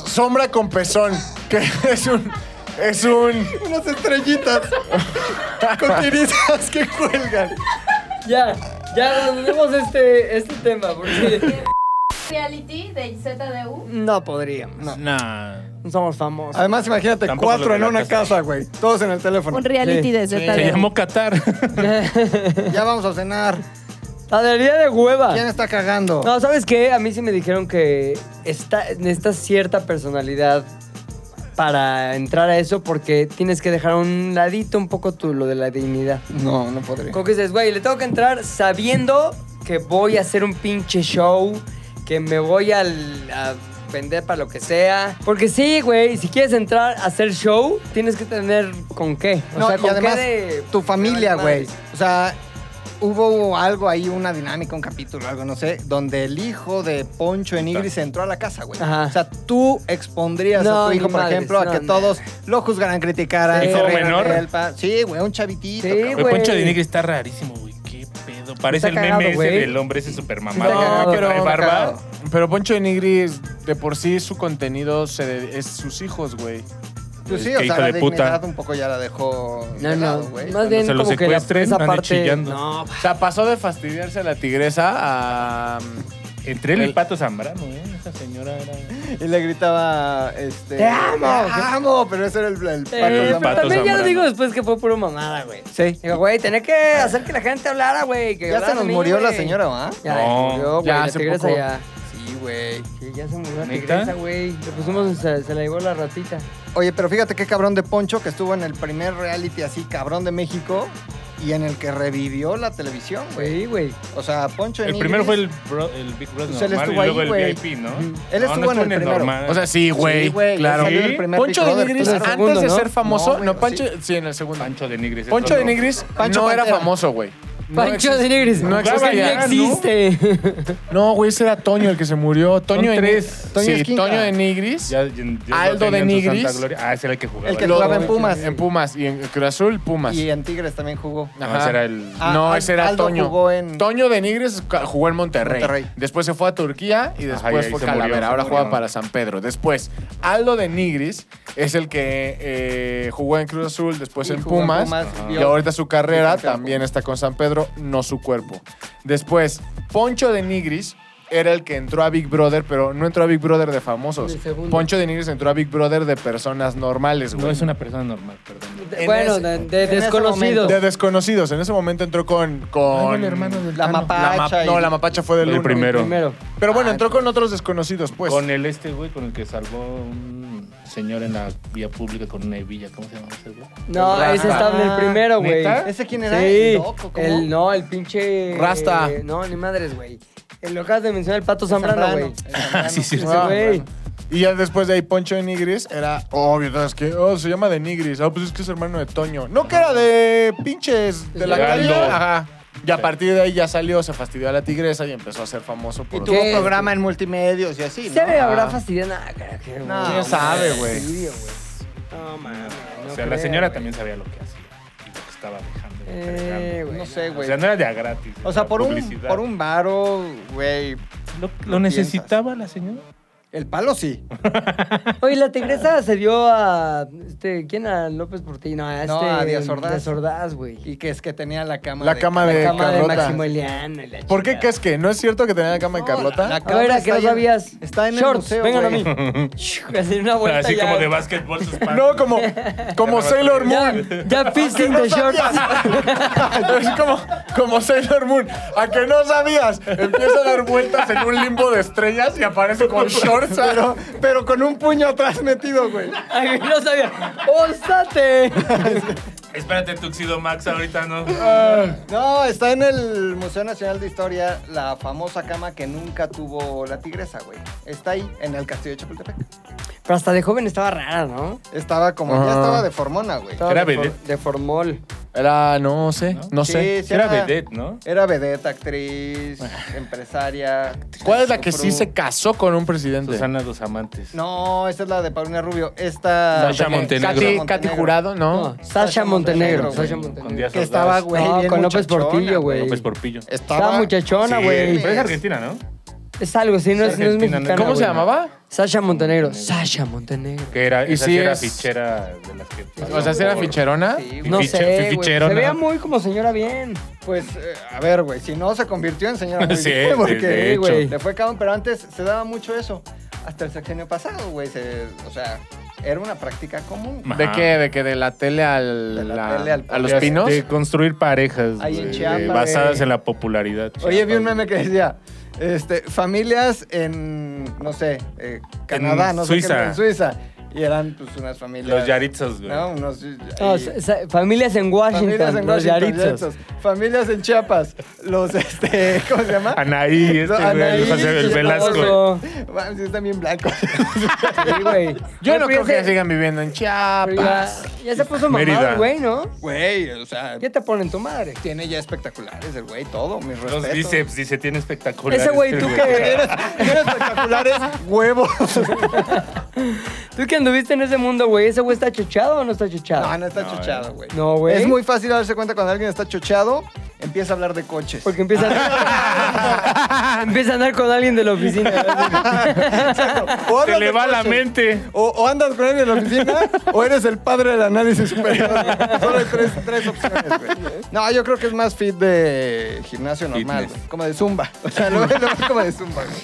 Speaker 2: sombra con pezón, que es un. Es un.
Speaker 5: Unas estrellitas con tirizas que cuelgan.
Speaker 3: ya, ya abandonemos este, este tema, porque
Speaker 6: Reality de ZDU.
Speaker 3: no podríamos.
Speaker 5: No.
Speaker 4: Nah.
Speaker 3: No somos famosos.
Speaker 5: Además, imagínate,
Speaker 4: Tampoco
Speaker 5: cuatro
Speaker 4: lo
Speaker 5: en
Speaker 4: de la
Speaker 5: una
Speaker 4: casa.
Speaker 5: casa, güey. Todos en el teléfono.
Speaker 6: Un reality
Speaker 3: Sí.
Speaker 6: de
Speaker 3: Sí.
Speaker 6: ZDU.
Speaker 4: Se llamó Qatar.
Speaker 5: Ya vamos a cenar.
Speaker 3: Tadería de hueva.
Speaker 5: ¿Quién está cagando?
Speaker 3: Ah. No, ¿sabes qué? A mí sí me dijeron que está, necesitas cierta personalidad para entrar a eso porque tienes que dejar a un ladito un poco tú, lo de la dignidad.
Speaker 5: No, no podría.
Speaker 3: Como que dices, güey, le tengo que entrar sabiendo que voy a hacer un pinche show, que me voy al- a vender para lo que sea. Porque sí, güey, si quieres entrar a hacer show, tienes que tener con qué. O
Speaker 5: No,
Speaker 3: sea,
Speaker 5: y
Speaker 3: con
Speaker 5: además,
Speaker 3: qué de-
Speaker 5: tu familia,
Speaker 3: de madre.
Speaker 5: güey. O sea, hubo algo ahí, una dinámica, un capítulo, algo, no sé, donde el hijo de Poncho Enigris entró a la casa, güey.
Speaker 3: Ajá.
Speaker 5: O sea, tú expondrías
Speaker 3: No,
Speaker 5: a tu hijo,
Speaker 3: ni
Speaker 5: por
Speaker 3: madres,
Speaker 5: ejemplo,
Speaker 3: no,
Speaker 5: a que
Speaker 3: no,
Speaker 5: todos lo juzgaran, criticaran.
Speaker 3: Sí.
Speaker 5: se
Speaker 4: ¿Hijo
Speaker 5: rieran
Speaker 4: menor?
Speaker 5: de él, pa- Sí, güey, un chavitito.
Speaker 3: Sí,
Speaker 5: cabrón.
Speaker 4: Güey, Poncho
Speaker 3: güey.
Speaker 4: de Nigris está rarísimo, güey. Qué pedo. Parece
Speaker 3: Está
Speaker 4: el
Speaker 3: cagado,
Speaker 4: meme ese
Speaker 3: güey.
Speaker 4: del hombre ese super
Speaker 3: Está
Speaker 4: mamado.
Speaker 3: cagado,
Speaker 4: que trae
Speaker 2: pero-
Speaker 4: barba.
Speaker 5: cagado.
Speaker 2: Pero Poncho de Nigris, de por sí, su contenido se de- es sus hijos, güey.
Speaker 5: Pues
Speaker 4: Qué
Speaker 5: sí, o sea,
Speaker 4: hijo
Speaker 5: la
Speaker 4: de puta.
Speaker 5: dignidad un poco ya la dejó.
Speaker 3: No,
Speaker 5: de
Speaker 3: no,
Speaker 5: lado, güey.
Speaker 3: más bien
Speaker 4: se lo
Speaker 3: como que la,
Speaker 4: secuestren,
Speaker 3: esa
Speaker 4: ande
Speaker 3: parte...
Speaker 4: chillando.
Speaker 3: No,
Speaker 2: O sea, pasó de fastidiarse a la tigresa a... mm,
Speaker 4: Entre él y
Speaker 2: El-
Speaker 4: Pato Zambrano, ¿eh? Esa señora era.
Speaker 5: Y le gritaba, este.
Speaker 3: ¡Te amo!
Speaker 5: ¡Te amo! Pero ese era el, el pato
Speaker 3: Eh,
Speaker 5: Zambrano.
Speaker 3: pero también ya lo
Speaker 4: Zambrano.
Speaker 3: digo después que fue puro mamada, güey.
Speaker 5: Sí. Ah.
Speaker 3: Digo, güey, tenía que hacer que la gente hablara, güey. que
Speaker 5: Ya
Speaker 3: hablara
Speaker 5: se
Speaker 3: de
Speaker 5: nos
Speaker 3: mí,
Speaker 5: murió la
Speaker 3: güey.
Speaker 5: señora, ¿va?
Speaker 3: Ya,
Speaker 4: No,
Speaker 3: se murió, güey.
Speaker 2: ya
Speaker 3: La
Speaker 2: hace
Speaker 3: tigresa
Speaker 2: poco.
Speaker 3: ya.
Speaker 5: Sí, güey.
Speaker 3: Sí, ya se murió la
Speaker 4: ¿Neta?
Speaker 3: tigresa, güey. Le pusimos, se, se la llevó la ratita.
Speaker 5: Oye, pero fíjate qué cabrón de Poncho que estuvo en el primer reality así, cabrón de México, y en el que revivió la televisión, güey.
Speaker 3: Sí, güey.
Speaker 5: O sea, Poncho
Speaker 4: El
Speaker 5: Enigris-
Speaker 4: primero fue el, bro- el Big Brother
Speaker 5: Pues él
Speaker 4: normal y
Speaker 5: estuvo
Speaker 4: luego
Speaker 5: ahí, güey.
Speaker 4: el VIP, ¿no?
Speaker 5: Él
Speaker 4: No,
Speaker 5: estuvo
Speaker 4: no
Speaker 5: en el primero.
Speaker 4: normal.
Speaker 2: O sea, sí, güey,
Speaker 5: Sí, güey,
Speaker 2: claro.
Speaker 5: él salió en el primer
Speaker 2: Poncho
Speaker 5: Big
Speaker 2: de
Speaker 5: Brother,
Speaker 2: Nigris,
Speaker 5: claro.
Speaker 2: antes
Speaker 3: Segundo,
Speaker 2: de
Speaker 3: ¿no?
Speaker 2: ser famoso,
Speaker 5: No,
Speaker 2: no,
Speaker 5: güey,
Speaker 2: Pancho, sí. en el segundo.
Speaker 4: Pancho de Nigris. es
Speaker 2: Poncho
Speaker 4: otro.
Speaker 2: de Nigris
Speaker 5: Pancho
Speaker 2: no era
Speaker 5: Pantera.
Speaker 2: famoso, güey. No
Speaker 3: Pancho
Speaker 2: existe.
Speaker 3: de Nigris.
Speaker 2: no
Speaker 3: Porque no
Speaker 2: existe ya, ¿no?
Speaker 3: existe.
Speaker 2: No, güey, ese era Toño el que se murió. Toño de
Speaker 4: tres.
Speaker 2: Nigris.
Speaker 5: Toño
Speaker 2: Sí,
Speaker 5: Esquinca.
Speaker 2: Toño de Nigris.
Speaker 4: Ya- ya- ya
Speaker 2: Aldo
Speaker 4: lo
Speaker 2: de
Speaker 4: tenía en su
Speaker 2: Nigris.
Speaker 4: santa gloria. Ah, ese era el que jugaba.
Speaker 5: El que
Speaker 4: No,
Speaker 5: jugaba en Pumas.
Speaker 2: En Pumas y en Cruz Azul, Pumas.
Speaker 5: Y en Tigres también jugó.
Speaker 2: Ajá.
Speaker 4: ese era el.
Speaker 5: Ah,
Speaker 2: no,
Speaker 5: Al-
Speaker 2: ese era
Speaker 5: Aldo
Speaker 2: Toño.
Speaker 5: jugó en-
Speaker 2: Toño de Nigris ca- jugó en Monterrey.
Speaker 5: Monterrey.
Speaker 2: Después se fue a Turquía y
Speaker 4: Ajá, y
Speaker 2: después
Speaker 4: ahí
Speaker 2: fue
Speaker 4: se murió,
Speaker 2: Calavera.
Speaker 4: se
Speaker 2: Ahora
Speaker 4: murió.
Speaker 2: juega para San Pedro. Después, Aldo de Nigris es el que eh, jugó en Cruz Azul, después
Speaker 5: Y
Speaker 2: pues en
Speaker 5: jugó en
Speaker 2: Pumas.
Speaker 5: Pumas,
Speaker 2: Ajá. y
Speaker 5: dio-
Speaker 2: ahorita su carrera
Speaker 5: dio campeón.
Speaker 2: también está con San Pedro, no su cuerpo. Después, Poncho de Nigris era el que entró a Big Brother, pero no entró a Big Brother de famosos.
Speaker 3: De segundo.
Speaker 2: Poncho de Nigris entró a Big Brother de personas normales, güey.
Speaker 4: No es una persona normal, perdón.
Speaker 3: De- bueno,
Speaker 5: ese-
Speaker 3: de, de
Speaker 5: en ese
Speaker 3: desconocidos.
Speaker 2: De desconocidos. En ese momento entró con. con
Speaker 4: Ah, el hermano del
Speaker 5: La
Speaker 4: Tano.
Speaker 5: mapacha.
Speaker 2: la ma-
Speaker 5: y-
Speaker 2: no, la mapacha fue del
Speaker 4: El
Speaker 2: uno.
Speaker 4: primero.
Speaker 3: Primero.
Speaker 2: Pero bueno, entró con otros desconocidos, pues.
Speaker 4: Con el este, güey, con el que salvó un señor en la vía pública con una hebilla. ¿Cómo se llama ese, güey?
Speaker 3: No,
Speaker 2: Rafa.
Speaker 3: ese estaba en el primero, güey.
Speaker 4: ¿Neta?
Speaker 5: Ah, ¿Ese quién era?
Speaker 3: Sí.
Speaker 5: ¿El loco? ¿Cómo?
Speaker 3: El, no, el pinche...
Speaker 2: Rasta.
Speaker 3: eh, no, ni madres, güey. El local de mencionar el Pato
Speaker 5: El Zambrano,
Speaker 3: Zambrano, güey.
Speaker 5: el Zambrano.
Speaker 4: Sí, sí,
Speaker 3: Ese
Speaker 2: Ah,
Speaker 3: güey.
Speaker 2: bueno. Y ya después de ahí, Poncho de Nigris era obvio, ¿no? es que oh, se llama de Nigris. Ah, pues es que es hermano de Toño. No, que era de pinches de la
Speaker 4: De
Speaker 2: calle.
Speaker 4: Aldo.
Speaker 2: Ajá. Y a partir de ahí ya salió, se fastidió a la tigresa y empezó a ser famoso
Speaker 5: Y
Speaker 2: por.
Speaker 5: tuvo
Speaker 3: ¿Qué?
Speaker 5: programa en multimedios y así, ¿no?
Speaker 3: ¿Se le habrá
Speaker 2: Ah.
Speaker 3: fastidiado? Nah, cara, qué
Speaker 5: No,
Speaker 3: güey.
Speaker 5: ¿quién
Speaker 2: sabe, güey?
Speaker 3: Fastidio, No mames. no
Speaker 4: o sea, la
Speaker 3: creo,
Speaker 4: señora
Speaker 3: güey.
Speaker 4: también sabía lo que hacía y lo que estaba dejando. y
Speaker 3: Eh,
Speaker 4: entregando.
Speaker 3: güey.
Speaker 5: No sé,
Speaker 4: o
Speaker 5: güey.
Speaker 4: sea, no era de a gratis.
Speaker 5: O sea,
Speaker 4: era
Speaker 5: por un,
Speaker 4: publicidad.
Speaker 5: por un varo, güey.
Speaker 4: ¿Lo,
Speaker 5: lo
Speaker 4: lo necesitaba la señora?
Speaker 5: El palo sí.
Speaker 3: Oye, la tigresa se dio a. Este, ¿Quién? A López Portillo. No, a, este,
Speaker 5: No, a Díaz Ordaz.
Speaker 3: Díaz Ordaz, güey.
Speaker 5: Y que es que tenía la cama
Speaker 2: La cama de
Speaker 3: La cama de
Speaker 2: Carlota.
Speaker 3: Maximiliano. y la
Speaker 2: ¿Por qué
Speaker 3: chingada.
Speaker 2: crees que? ¿No es cierto que tenía la cama de Carlota?
Speaker 5: la-
Speaker 3: A ver, ¿a qué
Speaker 5: Está
Speaker 3: no
Speaker 5: en-
Speaker 3: sabías?
Speaker 5: está en el
Speaker 3: Shorts,
Speaker 5: museo,
Speaker 3: vengan
Speaker 5: güey.
Speaker 3: a mí. Así una vuelta
Speaker 4: Así
Speaker 3: ya.
Speaker 4: como de básquetbol. sus patas.
Speaker 2: No, como, como
Speaker 4: Ya me
Speaker 2: Sailor
Speaker 3: Ya,
Speaker 2: Moon.
Speaker 3: ya fisting de shorts.
Speaker 2: Es como, como Sailor Moon. A que no sabías. Empieza a dar vueltas en un limbo de estrellas y aparece con shorts. Pero,
Speaker 5: Pero con un puño atrás metido, güey.
Speaker 3: Ay, no sabía. ¡Óstate!
Speaker 4: Espérate, Tuxido Max, ahorita no.
Speaker 5: No, está en el Museo Nacional de Historia la famosa cama que nunca tuvo la tigresa, güey. Está ahí, en el castillo de Chapultepec.
Speaker 3: Pero hasta de joven estaba rara, ¿no?
Speaker 5: Estaba como, ya
Speaker 2: Ajá.
Speaker 5: estaba de formona, güey.
Speaker 3: Estaba
Speaker 4: Era
Speaker 3: de for-
Speaker 4: vedette.
Speaker 3: De formol.
Speaker 2: Era, no sé, no
Speaker 5: Sí,
Speaker 2: sé.
Speaker 5: sí
Speaker 4: Ah, Era vedette, ¿no?
Speaker 5: Era vedette, actriz, empresaria.
Speaker 2: ¿Cuál es la que sí
Speaker 5: frufru.
Speaker 2: se casó con un presidente?
Speaker 4: Susana Dos Amantes.
Speaker 5: No, esa es la de Paulina Rubio. Esta.
Speaker 4: Sasha
Speaker 5: Montenegro.
Speaker 4: Montenegro.
Speaker 2: Katy,
Speaker 5: Montenegro.
Speaker 2: Katy Jurado, ¿no?
Speaker 3: No, Sasha Montenegro.
Speaker 5: güey.
Speaker 3: Sasha
Speaker 4: Con
Speaker 3: Montenegro.
Speaker 4: Díaz
Speaker 5: Que estaba,
Speaker 4: Ordaz.
Speaker 5: güey.
Speaker 3: No,
Speaker 5: bien
Speaker 3: con López
Speaker 5: muchachona,
Speaker 3: Portillo, güey.
Speaker 4: López Porpillo.
Speaker 5: Estaba
Speaker 3: Estaba muchachona,
Speaker 4: Sí,
Speaker 3: güey.
Speaker 4: Pero es argentina, ¿no?
Speaker 3: Es algo, sí, no es, no es
Speaker 4: Argentina, ¿no?
Speaker 3: mexicana.
Speaker 2: ¿Cómo se
Speaker 3: güey.
Speaker 2: llamaba?
Speaker 3: Sasha Montenegro. Sasha Montenegro.
Speaker 4: Que era,
Speaker 2: Y
Speaker 4: esa
Speaker 2: sí
Speaker 4: sí era
Speaker 2: es-
Speaker 4: fichera de las que...
Speaker 2: O sea, ¿sí era ficherona?
Speaker 5: Sí, güey.
Speaker 3: No
Speaker 4: Fiche-
Speaker 3: sé, güey. Se
Speaker 4: fichero, ¿no?
Speaker 3: veía muy como señora bien.
Speaker 5: Pues, eh, a ver, güey, si no se convirtió en señora muy
Speaker 4: Sí,
Speaker 5: bien,
Speaker 4: de-
Speaker 5: porque
Speaker 4: de
Speaker 3: hecho.
Speaker 5: güey, le fue cabrón, pero antes se daba mucho eso. Hasta el sexenio pasado, güey, se- o sea, era una práctica común.
Speaker 4: Ma-
Speaker 2: ¿De
Speaker 4: Ajá.
Speaker 2: qué? ¿De qué? ¿De la tele al,
Speaker 5: De la
Speaker 2: la-
Speaker 5: tele al-
Speaker 2: a los
Speaker 4: De-
Speaker 2: pinos?
Speaker 4: De construir parejas
Speaker 5: Ahí en
Speaker 4: güey,
Speaker 5: Chiapas,
Speaker 4: de- basadas
Speaker 5: güey.
Speaker 4: en la popularidad.
Speaker 5: Oye, vi un
Speaker 4: Chiapas,
Speaker 5: meme que decía, este, familias en, no sé, eh, Canadá, no sé qué,
Speaker 4: Suiza.
Speaker 5: en Suiza. Y eran pues unas familias.
Speaker 4: Los yarizos, güey.
Speaker 5: ¿no? Unos, eh,
Speaker 3: No,
Speaker 5: ahí-
Speaker 3: sa- sa- familias en Washington,
Speaker 5: familias en
Speaker 3: los
Speaker 5: Washington,
Speaker 3: Yaritzos.
Speaker 5: Yaritzos. Familias en Chiapas. Los, este, ¿cómo se llama?
Speaker 4: Anaí, este, güey,
Speaker 5: Anaí,
Speaker 4: el José- el
Speaker 5: Chiapas.
Speaker 4: Velasco.
Speaker 3: Oso.
Speaker 5: Vamos, sí, están bien blancos.
Speaker 3: Sí, güey.
Speaker 2: Yo no creo que
Speaker 3: Fíjate,
Speaker 2: sigan viviendo en
Speaker 3: pero
Speaker 2: Chiapas.
Speaker 3: Ya, ya se puso mamado,
Speaker 4: Mérida.
Speaker 3: el güey, ¿no?
Speaker 5: Güey, o sea,
Speaker 3: ¿Qué te ponen tu madre?
Speaker 5: tiene ya espectaculares el güey, todo, mis respetos.
Speaker 4: Los bíceps, dice, tiene espectacular.
Speaker 3: Ese güey,
Speaker 4: este
Speaker 3: tú que,
Speaker 5: Tiene espectaculares huevos.
Speaker 3: tú que anduviste en ese mundo, güey, ¿ese güey está chochado o no está chochado?
Speaker 5: No, no está
Speaker 4: eh.
Speaker 5: chochado, güey.
Speaker 3: No, güey.
Speaker 5: Es muy fácil darse cuenta cuando alguien está chochado, empieza a hablar de coches.
Speaker 3: Porque empieza a, empieza a andar con alguien de la oficina.
Speaker 5: O hablas
Speaker 4: Se le
Speaker 5: de
Speaker 4: va la
Speaker 5: coches.
Speaker 4: mente.
Speaker 5: O, o andas con él en la oficina o eres el padre del análisis superior. güey. Solo hay tres, tres opciones, güey. No, yo creo que es más fit de gimnasio normal,
Speaker 4: Fitness.
Speaker 5: güey. Como de zumba. O sea, lo ves lo ves como de zumba, güey.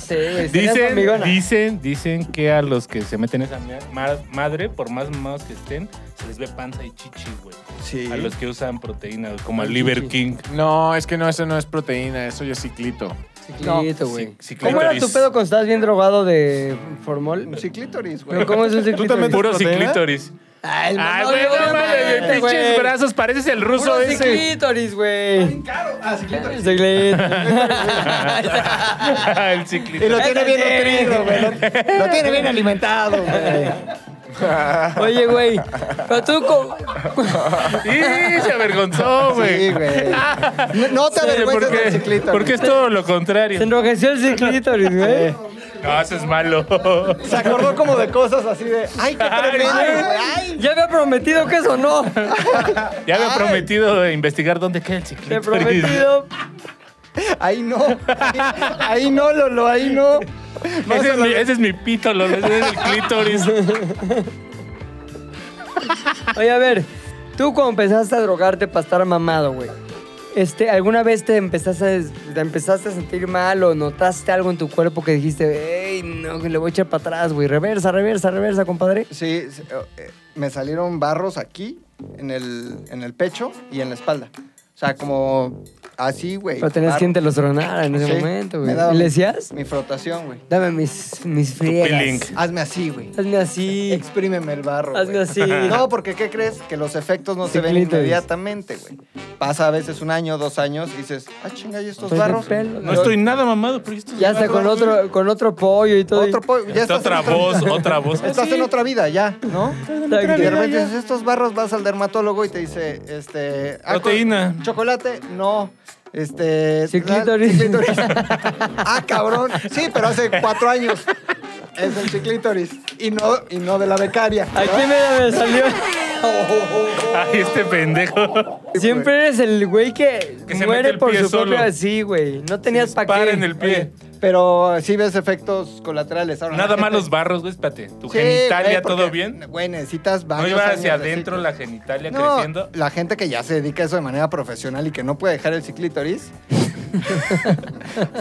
Speaker 3: Sí, güey. sería su
Speaker 4: Dicen,
Speaker 3: amigona.
Speaker 4: dicen, dicen que a los que se meten esa mea- ma- madre, por más mamados que estén, se les ve panza y chichi, güey.
Speaker 5: Sí.
Speaker 4: A los que usan proteína, güey, como al Liver King.
Speaker 2: No, es que no, eso no es proteína, eso ya es ciclito.
Speaker 3: Ciclito, güey.
Speaker 4: Sí, sí,
Speaker 3: ¿Cómo era tu
Speaker 4: clítoris.
Speaker 3: pedo cuando estabas bien drogado de formol?
Speaker 5: Un ciclítoris, güey.
Speaker 3: No, ¿Cómo es un ciclito?
Speaker 5: también
Speaker 4: Puro
Speaker 5: proteína?
Speaker 4: ciclítoris.
Speaker 3: Ay,
Speaker 4: Ay, güey, no mames, de pinches brazos, pareces el ruso
Speaker 3: Puro
Speaker 4: ese.
Speaker 3: ciclítoris, güey.
Speaker 5: Ah, ciclítoris.
Speaker 3: Ciclítoris.
Speaker 4: el
Speaker 5: Y
Speaker 4: ciclítoris.
Speaker 5: lo tiene bien
Speaker 3: Cállate.
Speaker 5: nutrido, güey. Lo, lo tiene bien alimentado, güey.
Speaker 3: Oye, güey, pero tú... co-
Speaker 4: Y se avergonzó, güey.
Speaker 5: Sí, güey. No, no te
Speaker 4: Sí,
Speaker 5: avergüences
Speaker 4: porque-
Speaker 5: del ciclítoris.
Speaker 4: Porque es todo lo contrario.
Speaker 3: Se enrojeció el ciclítoris, güey.
Speaker 4: No, eso es malo.
Speaker 5: Se acordó como de cosas así de... ¡Ay, qué tremendo,
Speaker 4: Ay,
Speaker 5: güey! ¡Ay!
Speaker 3: Ya había prometido que eso no.
Speaker 4: Ya había prometido investigar dónde queda el
Speaker 3: Te he
Speaker 4: ciclítoris.
Speaker 3: prometido.
Speaker 5: Ahí no. Ahí no, Lolo, ahí no. Más
Speaker 4: Ese es,
Speaker 5: a la-
Speaker 4: mi, ese es mi pito, Lolo, ese es el clítoris.
Speaker 3: Oye, a ver, tú cuando empezaste a drogarte para estar mamado, güey. Este, ¿Alguna vez te empezaste, a, des- te empezaste a sentir mal o notaste algo en tu cuerpo que dijiste, ey, no, que le voy a echar para atrás, güey? Reversa, reversa, reversa, compadre.
Speaker 5: Sí, sí, eh, me salieron barros aquí, en el, en el pecho y en la espalda. O sea, como así, güey.
Speaker 3: Pero tenías
Speaker 5: Barro.
Speaker 3: quien te los tronara en ese
Speaker 5: Sí,
Speaker 3: momento, güey.
Speaker 5: me daba
Speaker 3: ¿Y le decías?
Speaker 5: Mi frotación, güey.
Speaker 3: Dame mis, mis friegas.
Speaker 4: peeling.
Speaker 5: Hazme así, güey.
Speaker 3: Hazme así.
Speaker 5: Exprímeme el barro.
Speaker 3: Hazme
Speaker 5: güey.
Speaker 3: así.
Speaker 5: No, porque ¿qué crees? Que los efectos no se ven
Speaker 3: Ciclitis.
Speaker 5: inmediatamente, güey. Pasa a veces un año, dos años, y dices, ah, chinga, ¿y estos
Speaker 3: Estoy de
Speaker 5: barros?
Speaker 3: pelo.
Speaker 4: No estoy nada mamado, pero esto
Speaker 3: Ya está con otro, con otro pollo y todo.
Speaker 5: Otro po- ya
Speaker 4: Está
Speaker 5: estás en
Speaker 4: otra voz, otra voz.
Speaker 5: Estás en otra vida ya, ¿no?
Speaker 3: Exacto.
Speaker 5: Y de repente dices, estos barros vas al dermatólogo y te dice, este... ah, co-
Speaker 4: Proteína.
Speaker 5: Chocolate, no. Este...
Speaker 3: Ciclítoris.
Speaker 5: ah, ciclítoris. ah, cabrón. Sí, pero hace cuatro años. Es el ciclítoris. Y no, y no de la becaria. Oh, ¿no?
Speaker 3: Aquí me, me salió.
Speaker 4: Ay, este pendejo.
Speaker 3: Siempre eres el güey que,
Speaker 4: Que se mete
Speaker 3: muere
Speaker 4: el
Speaker 3: por
Speaker 4: pie
Speaker 3: su
Speaker 4: solo.
Speaker 3: propio así, güey. No tenías pa' qué.
Speaker 4: Para en el pie.
Speaker 5: Pero sí ves efectos colaterales. Ahora,
Speaker 4: Nada
Speaker 5: la
Speaker 4: más
Speaker 5: gente-
Speaker 4: los barros, güey, espérate. Tu
Speaker 5: Sí,
Speaker 4: genitalia,
Speaker 5: güey, porque,
Speaker 4: ¿todo bien?
Speaker 5: Güey, necesitas
Speaker 4: ¿No
Speaker 5: varios
Speaker 4: iba
Speaker 5: años
Speaker 4: hacia
Speaker 5: de
Speaker 4: adentro
Speaker 5: ciclo.
Speaker 4: la genitalia
Speaker 5: No,
Speaker 4: creciendo?
Speaker 5: la gente que ya se dedica a eso de manera profesional y que no puede dejar el ciclítoris.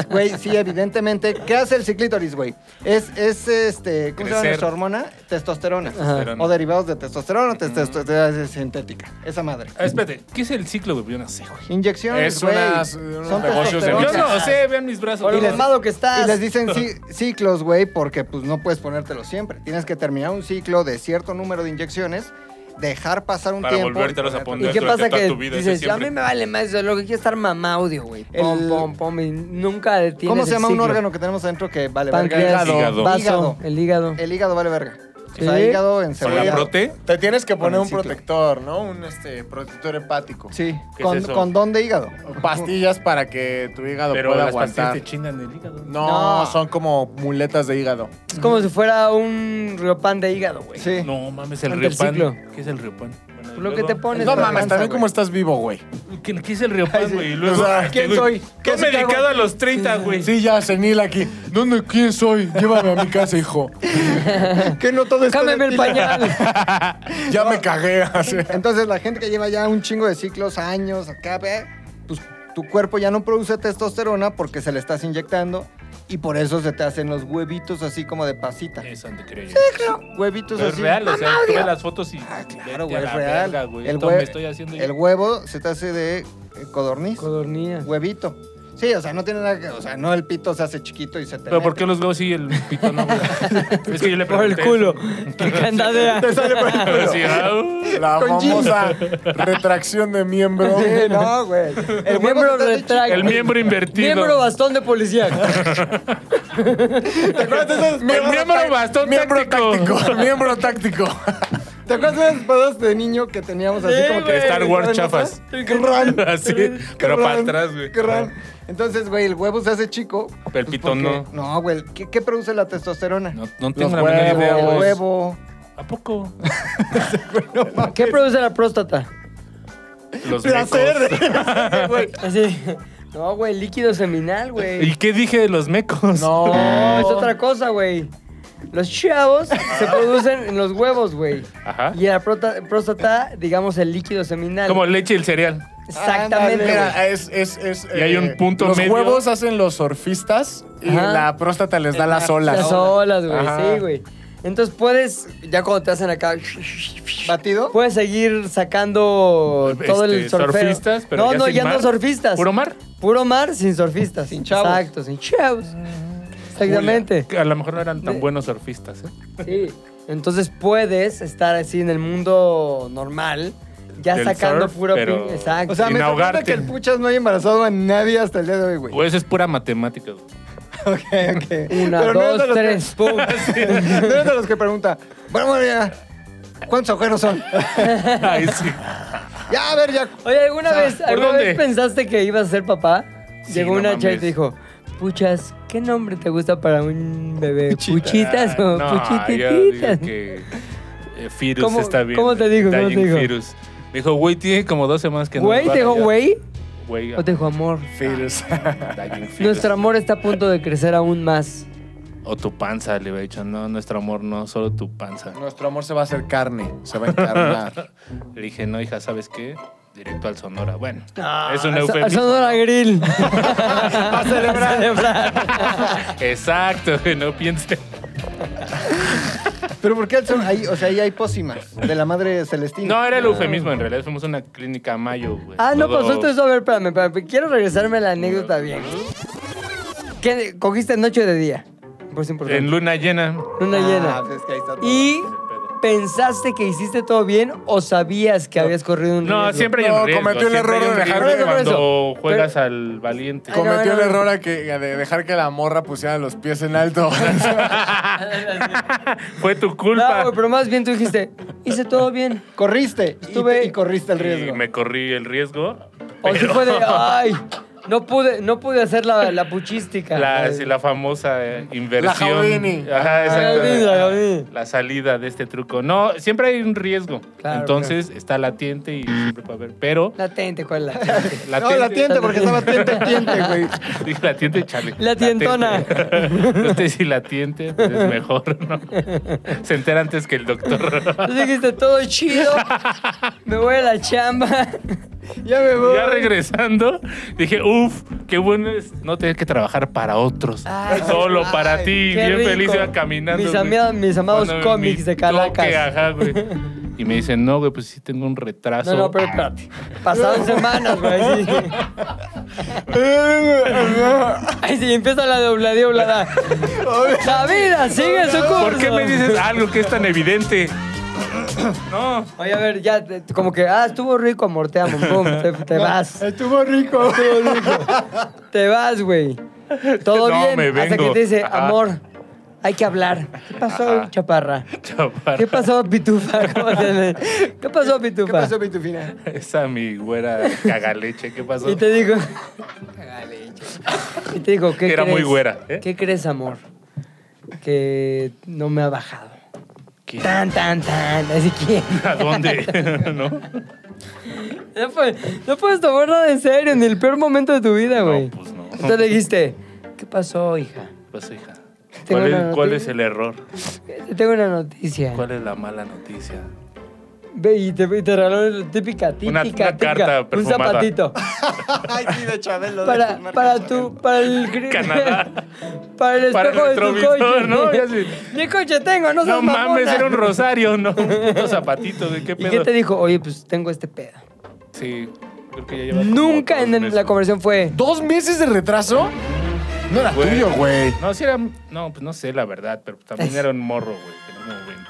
Speaker 5: güey, sí, evidentemente. ¿Qué hace el ciclítoris, güey? Es, es este, ¿cómo se llama
Speaker 4: Crecer.
Speaker 5: nuestra hormona? Testosterona.
Speaker 4: Testosterona.
Speaker 5: O derivados de testosterona, testosterona sintética. Esa madre.
Speaker 4: Ah, espérate, ¿qué es el ciclo, güey? Yo no sé, güey.
Speaker 5: Inyecciones,
Speaker 2: Es
Speaker 5: güey.
Speaker 2: unas- unos
Speaker 5: Son
Speaker 2: negocios de
Speaker 5: testosterona.
Speaker 4: Yo no sé, vean mis brazos.
Speaker 3: Por lo
Speaker 4: todos.
Speaker 3: mamado que estás.
Speaker 5: Y les dicen ci- ciclos, güey, porque pues no puedes ponértelo siempre. Tienes que terminar un ciclo de cierto número de inyecciones, dejar pasar un
Speaker 4: Para
Speaker 5: tiempo.
Speaker 4: volvértelos a
Speaker 5: ponerte-
Speaker 4: poner.
Speaker 3: ¿Y qué
Speaker 4: durante
Speaker 3: pasa
Speaker 4: toda
Speaker 3: que
Speaker 4: tu vida, eso
Speaker 3: dices, a
Speaker 4: siempre.
Speaker 3: mí me vale más eso, lo que quiero es estar mamaudio, güey. Pom,
Speaker 5: El-
Speaker 3: pom, pom, y nunca detienes
Speaker 5: ¿Cómo se
Speaker 3: el
Speaker 5: llama un
Speaker 3: ciclo.
Speaker 5: órgano que tenemos adentro que vale verga?
Speaker 3: Páncreas,
Speaker 4: El hígado.
Speaker 3: vaso,
Speaker 5: Hígado.
Speaker 3: el hígado.
Speaker 5: El hígado vale verga.
Speaker 3: Sí.
Speaker 5: O sea, hígado en
Speaker 4: ¿Con la prote?
Speaker 2: Te tienes que poner
Speaker 5: el
Speaker 2: un
Speaker 5: ciclo.
Speaker 2: protector, ¿no? Un este protector hepático.
Speaker 5: Sí.
Speaker 4: ¿Qué
Speaker 5: Con,
Speaker 4: es eso?
Speaker 5: condón de hígado.
Speaker 2: Pastillas para que tu hígado
Speaker 4: Pero
Speaker 2: pueda
Speaker 4: las pastillas
Speaker 2: aguantar.
Speaker 4: te chingan el hígado.
Speaker 2: No,
Speaker 5: No.
Speaker 2: son como muletas de hígado.
Speaker 3: Es como si fuera un riopan de hígado, güey.
Speaker 5: Sí.
Speaker 4: No mames, el
Speaker 3: Ante el
Speaker 4: riopan.
Speaker 3: ciclo.
Speaker 4: ¿Qué es el riopan? Bueno,
Speaker 3: Lo
Speaker 4: y
Speaker 3: que te
Speaker 4: luego-
Speaker 3: pones.
Speaker 2: No
Speaker 3: güey.
Speaker 2: mames, también
Speaker 5: güey.
Speaker 2: cómo estás vivo, güey.
Speaker 4: ¿Qué, qué es el riopan, güey? Y luego,
Speaker 2: O sea,
Speaker 4: este,
Speaker 5: ¿quién
Speaker 4: güey,
Speaker 5: soy? ¿Qué
Speaker 4: Todo
Speaker 5: se cargó?
Speaker 4: medicado a los 30, güey.
Speaker 2: Sí, ya, senil aquí. ¿Dónde? ¿Quién soy? Llévame a mi casa, hijo.
Speaker 5: Que no todo está
Speaker 3: Cámbiame
Speaker 5: de
Speaker 3: el
Speaker 5: pila.
Speaker 3: pañal.
Speaker 2: Ya me cagué. así.
Speaker 5: Entonces, la gente que lleva ya un chingo de ciclos, años, acá, ve, pues tu cuerpo ya no produce testosterona porque se le estás inyectando y por eso se te hacen los huevitos así como de pasita.
Speaker 4: Eso no te creo yo.
Speaker 5: Huevitos
Speaker 4: Eh, Pero es
Speaker 5: así.
Speaker 4: real, o sea, tú ves las fotos y.
Speaker 5: Ah,
Speaker 4: vete a
Speaker 5: claro, güey,
Speaker 4: la
Speaker 5: es real.
Speaker 4: verga, güey.
Speaker 5: el,
Speaker 4: Esto
Speaker 5: hue-
Speaker 4: me estoy haciendo yo.
Speaker 5: el huevo se te hace de eh, codorniz.
Speaker 3: Codornía.
Speaker 5: Huevito. Sí, o sea, no tiene nada que. O sea, no el pito se hace chiquito y se te.
Speaker 4: ¿Pero por
Speaker 5: mete.
Speaker 4: qué los huevos sí el pito no? güey? es que yo le
Speaker 3: Por el
Speaker 4: pregunté ah,
Speaker 3: culo.
Speaker 4: eso.
Speaker 3: Qué candadea.
Speaker 5: Te sale por el culo.
Speaker 4: Pero sí, au.
Speaker 2: La
Speaker 5: Con jeans.
Speaker 2: famosa retracción de miembro.
Speaker 3: Sí, no, güey. El miembro
Speaker 5: se te hace
Speaker 3: retracto.
Speaker 4: El miembro invertido.
Speaker 3: Miembro bastón de policía.
Speaker 5: ¿Te acuerdas de esas
Speaker 4: El miembro bastón
Speaker 2: miembro
Speaker 4: táctico.
Speaker 2: táctico. Miembro táctico.
Speaker 5: ¿Te acuerdas de esas espadas de niño que teníamos así
Speaker 3: Sí,
Speaker 5: como que.
Speaker 3: güey.
Speaker 4: Star Wars
Speaker 5: ¿no?
Speaker 4: chafas.
Speaker 5: Crán.
Speaker 4: Así, pero
Speaker 5: Crán,
Speaker 4: para atrás, güey.
Speaker 5: crán. Entonces, güey, el huevo se hace chico.
Speaker 4: Pero el
Speaker 5: pues,
Speaker 4: pito no.
Speaker 5: porque- No, güey. ¿qué, qué produce la testosterona?
Speaker 4: No, no
Speaker 2: Los
Speaker 4: tengo la menor idea,
Speaker 5: el
Speaker 2: huevos.
Speaker 4: güey.
Speaker 5: huevo.
Speaker 4: ¿A poco?
Speaker 3: ¿Qué produce la próstata?
Speaker 4: Los
Speaker 5: Placer.
Speaker 4: mecos.
Speaker 3: Así. No, güey, líquido seminal, güey.
Speaker 4: ¿Y qué dije de los mecos?
Speaker 3: No, es otra cosa, güey. Los chavos se producen en los huevos, güey.
Speaker 4: Ajá.
Speaker 3: Y en la prota- próstata, digamos, el líquido seminal.
Speaker 4: Como leche y el cereal.
Speaker 3: Exactamente. güey.
Speaker 2: Mira, es, es, es, eh,
Speaker 4: Y hay un punto
Speaker 2: Los
Speaker 4: medio.
Speaker 2: huevos hacen los surfistas y
Speaker 3: Ajá.
Speaker 2: la próstata les da las olas.
Speaker 3: Las olas, güey.
Speaker 2: Ajá.
Speaker 3: Sí, güey. Entonces puedes, ya cuando te hacen acá,
Speaker 5: ¿Batido?
Speaker 3: puedes seguir sacando todo
Speaker 4: Este,
Speaker 3: el surfeo.
Speaker 4: surfistas, pero
Speaker 3: no,
Speaker 4: ya
Speaker 3: no,
Speaker 4: sin
Speaker 3: ya
Speaker 4: mar.
Speaker 3: no surfistas.
Speaker 4: ¿Puro mar?
Speaker 3: Puro mar sin surfistas.
Speaker 5: Sin chavos.
Speaker 3: Exacto, sin chavos.
Speaker 4: Ah.
Speaker 3: Exactamente.
Speaker 4: A lo mejor no eran tan
Speaker 3: De-
Speaker 4: buenos surfistas, ¿eh?
Speaker 3: Sí. Entonces puedes estar así en el mundo normal, ya
Speaker 4: Del
Speaker 3: sacando
Speaker 4: surf,
Speaker 3: puro
Speaker 4: pero-
Speaker 3: pin- Exacto.
Speaker 5: O sea,
Speaker 4: Sin
Speaker 5: me sorprende
Speaker 4: ahogarte.
Speaker 5: que el puchas no haya embarazado a nadie hasta el día de hoy, güey.
Speaker 4: O eso es pura matemática, güey.
Speaker 5: Ok, ok.
Speaker 3: Una,
Speaker 5: Pero no es
Speaker 3: dos,
Speaker 5: de los que- Ah,
Speaker 3: tres, pum.
Speaker 5: No es de los que pregunta, bueno, ya, ¿cuántos agujeros son?
Speaker 4: Ay, sí.
Speaker 5: ya, a ver, ya.
Speaker 3: Oye, ¿alguna,
Speaker 5: O sea,
Speaker 3: vez,
Speaker 4: ¿por
Speaker 3: ¿alguna
Speaker 4: dónde?
Speaker 3: vez pensaste que ibas a ser papá?
Speaker 4: Sí,
Speaker 3: Llegó
Speaker 4: no
Speaker 3: una chat y
Speaker 4: mames.
Speaker 3: te dijo, puchas, ¿qué nombre te gusta para un bebé? ¿Puchitas o
Speaker 4: Ah, No, yo digo
Speaker 3: puchitititas?
Speaker 4: que eh, Firus
Speaker 3: ¿Cómo-
Speaker 4: está bien.
Speaker 3: cómo te dijo? ¿Cómo te
Speaker 4: Dying
Speaker 3: dijo?
Speaker 4: Firus. Me dijo, güey, tiene como dos semanas que no.
Speaker 3: ¿Güey?
Speaker 4: nos
Speaker 3: ¿Te dijo
Speaker 4: vaya".
Speaker 3: güey?
Speaker 4: Güey,
Speaker 3: ¿O te dijo amor?
Speaker 2: Fires.
Speaker 5: Ah.
Speaker 4: Dying Firus.
Speaker 3: Nuestro amor está a punto de crecer aún más.
Speaker 4: O tu panza, le había dicho. No, nuestro amor no, solo tu panza.
Speaker 2: Nuestro amor se va a hacer carne, se va a encarnar.
Speaker 4: Le dije, no, hija, ¿sabes qué? Directo al Sonora. Bueno, es un
Speaker 3: Ah, A- a- a
Speaker 4: eufemismo.
Speaker 3: Sonora Grill. a celebrar.
Speaker 4: Exacto, güey, no piense.
Speaker 5: Pero ¿por qué al son- ahí, o sea, ahí hay pócimas de la madre celestina?
Speaker 4: No, era el eufemismo, en realidad. Fuimos a una clínica mayo, güey.
Speaker 3: Ah, no
Speaker 4: Todo-
Speaker 3: pasó todo eso. A ver, espérame, espérame. Quiero regresarme a la anécdota bien. ¿Qué cogiste noche de día? Por si importante.
Speaker 4: En luna llena.
Speaker 3: Luna
Speaker 5: Ah,
Speaker 3: llena.
Speaker 5: pues es que ahí está todo.
Speaker 3: ¿Y pensaste que hiciste todo bien o sabías que habías corrido un
Speaker 4: No,
Speaker 3: riesgo?
Speaker 4: siempre hay
Speaker 2: No,
Speaker 4: un riesgo.
Speaker 2: cometió el
Speaker 4: siempre
Speaker 2: error
Speaker 4: hay un
Speaker 2: de
Speaker 4: riesgo
Speaker 2: dejarme
Speaker 4: cuando
Speaker 3: Pero-
Speaker 4: juegas al valiente.
Speaker 3: Ay, no,
Speaker 2: Cometió el
Speaker 3: no, no.
Speaker 2: error a que, de dejar que la morra pusiera los pies en alto.
Speaker 4: Fue tu
Speaker 3: No,
Speaker 4: culpa.
Speaker 3: güey, pero más bien tú dijiste, hice todo bien.
Speaker 5: Corriste. y-
Speaker 3: Estuve-
Speaker 5: Y, corriste el
Speaker 4: Y
Speaker 5: riesgo.
Speaker 4: me corrí el riesgo.
Speaker 3: O si fue de, ay, no pude, no pude hacer la, la puchística.
Speaker 4: La,
Speaker 3: Ay.
Speaker 4: sí, la famosa eh, inversión.
Speaker 2: La Jaudini.
Speaker 4: Ajá, exacto.
Speaker 3: Jaudini, la Jaudini.
Speaker 4: La salida de este truco. No, siempre hay un riesgo.
Speaker 3: Claro,
Speaker 4: Entonces está latente y siempre puede haber. Pero
Speaker 3: Latente, ¿cuál es la?
Speaker 5: No, la tiente, porque estaba tiente, tiente, güey.
Speaker 4: Dije latiente, chale.
Speaker 3: La tientona.
Speaker 4: Latente. No sé si latiente, pues es mejor, ¿no? Se entera antes que el doctor.
Speaker 3: Tú dijiste, todo chido, me voy a la chamba.
Speaker 5: Ya me voy.
Speaker 4: Ya regresando, dije, uff, qué bueno es no tener que trabajar para otros.
Speaker 3: Ay,
Speaker 4: solo para ti.
Speaker 3: qué
Speaker 4: Bien
Speaker 3: rico.
Speaker 4: feliz iba caminando.
Speaker 3: Mis
Speaker 4: güey.
Speaker 3: amia- mis amados
Speaker 4: Cuando
Speaker 3: cómics de
Speaker 4: toque,
Speaker 3: Calacas.
Speaker 4: ajá, güey. Y me dicen, no, güey, pues sí tengo un retraso.
Speaker 3: No, no, pero espérate. Pasaron semanas, güey. Sí. Ay, sí, empieza la doblada, doblada. La vida sigue su curso.
Speaker 4: ¿Por qué me dices algo que es tan evidente? No.
Speaker 3: Oye, a ver, ya, te- como que, ah, estuvo rico, amor, te amo, pum, te, te vas.
Speaker 5: Estuvo rico.
Speaker 3: Te vas, güey. Todo
Speaker 4: No,
Speaker 3: bien.
Speaker 4: me
Speaker 3: Hasta
Speaker 4: vengo.
Speaker 3: que te dice,
Speaker 4: Ajá.
Speaker 3: amor, hay que hablar. ¿Qué pasó,
Speaker 4: Ajá.
Speaker 3: chaparra?
Speaker 4: chaparra.
Speaker 3: ¿Qué pasó, pitufa? ¿Cómo se le- ¿Qué pasó, pitufa?
Speaker 5: ¿Qué pasó, Pitufina?
Speaker 4: Esa mi güera cagaleche, ¿qué pasó?
Speaker 3: Y te digo. y te digo, ¿qué
Speaker 4: Era muy
Speaker 3: crees?
Speaker 4: güera, ¿eh?
Speaker 3: ¿Qué crees, amor? Que no me ha bajado.
Speaker 4: ¿Qué?
Speaker 3: Tan, tan, tan. Así que.
Speaker 4: ¿A dónde? ¿No?
Speaker 3: No, puedes- no puedes tomar nada en serio, ni el peor momento de tu vida, güey.
Speaker 4: No, pues no.
Speaker 3: Entonces le dijiste, ¿qué pasó, hija?
Speaker 4: Pues hija.
Speaker 3: Tengo
Speaker 4: ¿Cuál
Speaker 3: una
Speaker 4: es, cuál
Speaker 3: noticia.
Speaker 4: es el error?
Speaker 3: Te tengo una noticia.
Speaker 4: ¿Cuál es la mala noticia?
Speaker 3: Ve y te, y te regaló la típica, típica,
Speaker 4: Una- una
Speaker 3: típica,
Speaker 4: carta
Speaker 3: un
Speaker 4: perfumada.
Speaker 3: zapatito.
Speaker 5: Ay, sí, de Chabelo.
Speaker 3: Para, para tu, para el gri-
Speaker 4: Canadá.
Speaker 3: para el
Speaker 4: Para el
Speaker 3: espejo de tu
Speaker 4: retrovisor,
Speaker 3: coche.
Speaker 4: ¿no? Ya sé.
Speaker 3: ¿Qué coche tengo? No,
Speaker 4: No
Speaker 3: seas
Speaker 4: mames,
Speaker 3: mamona.
Speaker 4: era un rosario, no. Unos zapatitos, ¿de qué
Speaker 3: ¿Y
Speaker 4: pedo?
Speaker 3: qué te dijo? Oye, pues tengo este pedo.
Speaker 4: Sí. Creo que ya lleva como
Speaker 3: Nunca
Speaker 4: dos
Speaker 3: en el-
Speaker 4: meses.
Speaker 3: la conversión fue.
Speaker 2: ¿Dos meses de retraso? No era
Speaker 4: Güey.
Speaker 2: tuyo, güey.
Speaker 4: No, sí era. No, pues no sé la verdad, pero también era un morro, güey. Tenía como 20.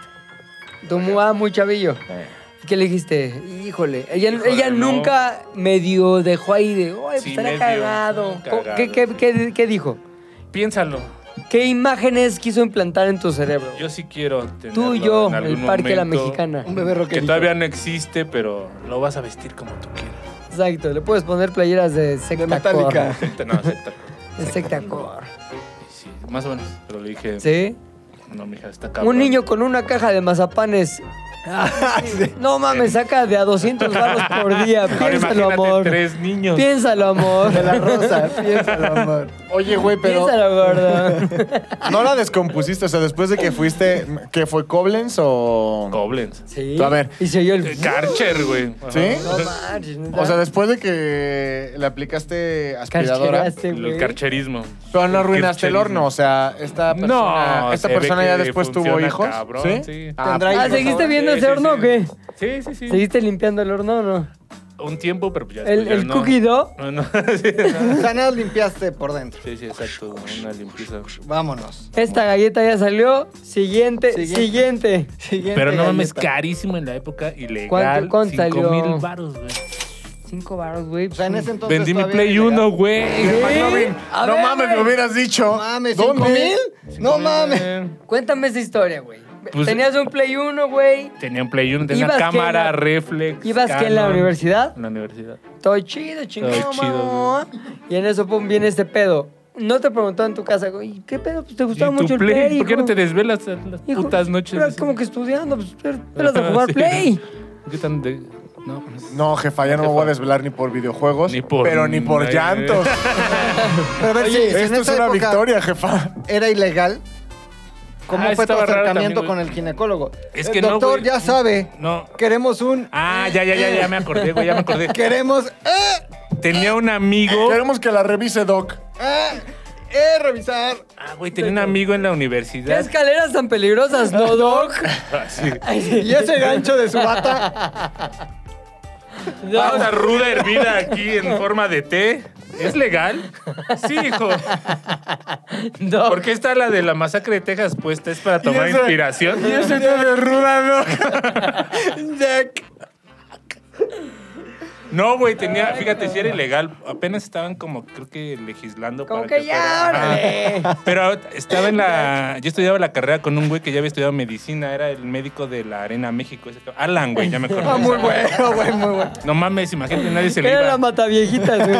Speaker 3: Tomó a muy chavillo.
Speaker 4: Eh.
Speaker 3: ¿Y ¿Qué le dijiste? Híjole. Ella,
Speaker 4: Híjole,
Speaker 3: ella
Speaker 4: no.
Speaker 3: nunca medio dejó ahí de, oye,
Speaker 4: Sí,
Speaker 3: estará
Speaker 4: medio,
Speaker 3: cagado.
Speaker 4: cagado,
Speaker 3: ¿Qué, qué-
Speaker 4: sí.
Speaker 3: qué- qué dijo?
Speaker 4: Piénsalo.
Speaker 3: ¿Qué imágenes quiso implantar en tu cerebro?
Speaker 4: Yo sí quiero tener.
Speaker 3: Tú y yo, el Parque de La Mexicana.
Speaker 5: Un bebé
Speaker 4: Que
Speaker 5: roquerito.
Speaker 4: todavía no existe, pero lo vas a vestir como tú quieras.
Speaker 3: Exacto, le puedes poner playeras de secta
Speaker 5: Metallica.
Speaker 4: No, acepta.
Speaker 3: core. De secta core.
Speaker 4: Sí, más o menos. Pero le dije,
Speaker 3: ¿Sí?
Speaker 4: no, mija, está cabrón.
Speaker 3: Un niño con una caja de mazapanes.
Speaker 5: Ah,
Speaker 3: No mames, saca de a 200 baros por día.
Speaker 4: Ahora
Speaker 3: Piénsalo,
Speaker 4: imagínate
Speaker 3: amor.
Speaker 4: tres niños.
Speaker 3: Piénsalo, amor.
Speaker 5: De la rosa, piénsalo, amor.
Speaker 2: Oye, güey, pero
Speaker 3: Piénsalo, gordo.
Speaker 2: no la descompusiste. O sea, después de que fuiste, ¿qué fue Koblenz o...?
Speaker 4: Koblenz.
Speaker 3: Sí.
Speaker 2: A ver.
Speaker 3: Y se oyó el.
Speaker 4: Eh, Karcher, güey.
Speaker 2: ¿Sí?
Speaker 3: No manches, neta.
Speaker 2: O sea, después de que le aplicaste aspiradora,
Speaker 3: Carcheraste,
Speaker 5: este-
Speaker 4: El
Speaker 3: güey.
Speaker 4: karcherismo.
Speaker 2: pero no arruinaste el horno. O sea, esta persona,
Speaker 4: No,
Speaker 2: esta
Speaker 4: se ve
Speaker 2: persona
Speaker 4: que
Speaker 2: ya después tuvo
Speaker 4: funciona,
Speaker 2: hijos.
Speaker 4: cabrón,
Speaker 2: ¿Sí?
Speaker 4: sí.
Speaker 2: Ah,
Speaker 5: Tendrá
Speaker 3: Ah,
Speaker 5: hijos,
Speaker 3: ¿seguiste
Speaker 5: ahora.
Speaker 3: viendo
Speaker 4: Sí,
Speaker 3: ese
Speaker 4: sí,
Speaker 3: horno
Speaker 4: sí.
Speaker 3: o qué?
Speaker 4: Sí, sí, sí.
Speaker 3: ¿Seguiste limpiando el horno o no?
Speaker 4: Un tiempo, pero pues ya
Speaker 3: ¿El,
Speaker 4: después ya
Speaker 3: el
Speaker 4: no.
Speaker 3: cookie dough?
Speaker 4: No, no, sí, no.
Speaker 5: O sea, nada limpiaste por dentro.
Speaker 4: sí, sí, exacto. Una limpieza.
Speaker 5: Vámonos.
Speaker 3: Esta galleta ya salió. Siguiente, siguiente.
Speaker 5: Siguiente
Speaker 4: Pero no mames,
Speaker 5: galleta.
Speaker 4: carísimo en la época. Ilegal.
Speaker 3: ¿Cuánto- cuánto
Speaker 4: Cinco
Speaker 3: salió?
Speaker 4: mil baros, güey.
Speaker 3: Cinco baros, güey.
Speaker 5: O sea, en ese entonces
Speaker 4: Vendí mi
Speaker 5: todavía
Speaker 4: Play
Speaker 5: era
Speaker 4: 1,
Speaker 5: ilegal.
Speaker 4: güey.
Speaker 2: McLovin,
Speaker 3: A
Speaker 2: no
Speaker 3: ver,
Speaker 2: mames,
Speaker 3: güey.
Speaker 2: me hubieras dicho.
Speaker 5: No mames, ¿cinco mil? No mames.
Speaker 3: Cuéntame esa historia, güey.
Speaker 4: Pues-
Speaker 3: Tenías un Play 1, güey.
Speaker 4: Tenía un Play 1, tenía
Speaker 3: ¿Ibas que en
Speaker 4: cámara,
Speaker 3: la-
Speaker 4: reflex.
Speaker 3: ¿Ibas que en la
Speaker 4: Canon.
Speaker 3: universidad?
Speaker 4: En la universidad.
Speaker 3: Todo chido, chingón,
Speaker 4: Todo chido,
Speaker 3: mamá. Y en eso, pum, viene este pedo. No te preguntó en tu casa, güey, ¿qué pedo? Pues te gustaba
Speaker 4: ¿Y tu
Speaker 3: mucho el play.
Speaker 4: ¿Por qué
Speaker 3: hijo?
Speaker 4: no te desvelas a las
Speaker 3: Hijo,
Speaker 4: putas
Speaker 3: Era
Speaker 4: noches?
Speaker 3: como que estudiando, pues pero- eras de
Speaker 4: Ajá,
Speaker 3: jugar
Speaker 4: sí.
Speaker 3: play.
Speaker 4: ¿Qué tan de.? No, pues,
Speaker 2: No, jefa, ya no me voy a desvelar ni por videojuegos,
Speaker 4: Ni por-
Speaker 2: pero ni por
Speaker 4: Ay,
Speaker 2: llantos.
Speaker 5: Pero a ver, si en
Speaker 2: Esto es
Speaker 5: esa
Speaker 2: una
Speaker 5: época
Speaker 2: victoria, jefa.
Speaker 5: era ilegal, ¿cómo
Speaker 4: Ah,
Speaker 5: fue tu
Speaker 4: estaba raro
Speaker 5: acercamiento
Speaker 4: también, güey.
Speaker 5: con el ginecólogo?
Speaker 4: Es
Speaker 5: El
Speaker 4: que no,
Speaker 5: doctor
Speaker 4: güey.
Speaker 5: ya sabe,
Speaker 4: No.
Speaker 5: queremos un...
Speaker 4: Ah, ya, ya, ya, ya me acordé, güey, ya me acordé.
Speaker 5: Queremos... ¡Eh!
Speaker 4: Tenía un amigo.
Speaker 2: Queremos que la revise, Doc.
Speaker 5: ¡Eh! ¡Eh! Revisar.
Speaker 4: Ah, güey, tenía un amigo en la
Speaker 3: ¿Qué
Speaker 4: universidad.
Speaker 3: escaleras tan peligrosas, no, Doc?
Speaker 4: Así.
Speaker 5: Y ese gancho de su bata.
Speaker 4: Pata ruda hervida aquí en forma de té. ¿Es legal? Sí, hijo.
Speaker 3: Doc.
Speaker 4: ¿Por qué está la de la masacre de Texas puesta? ¿Es para tomar
Speaker 2: ese-
Speaker 4: inspiración?
Speaker 2: Y ese día de ruda, Doc.
Speaker 4: No, güey, tenía, fíjate, si era ilegal. Apenas estaban como, creo que legislando.
Speaker 3: Como
Speaker 4: para
Speaker 3: que ya,
Speaker 4: fuera.
Speaker 3: órale.
Speaker 4: Ajá. Pero estaba en la. Yo estudiaba la carrera con un güey que ya había estudiado medicina. Era el médico de la Arena México. ese cabrón. Alan, güey, ya me acuerdo.
Speaker 5: Ah, muy bueno, güey, muy bueno.
Speaker 4: No mames, imagínate, nadie se le
Speaker 3: Era
Speaker 4: iba.
Speaker 3: la mataviejitas, güey.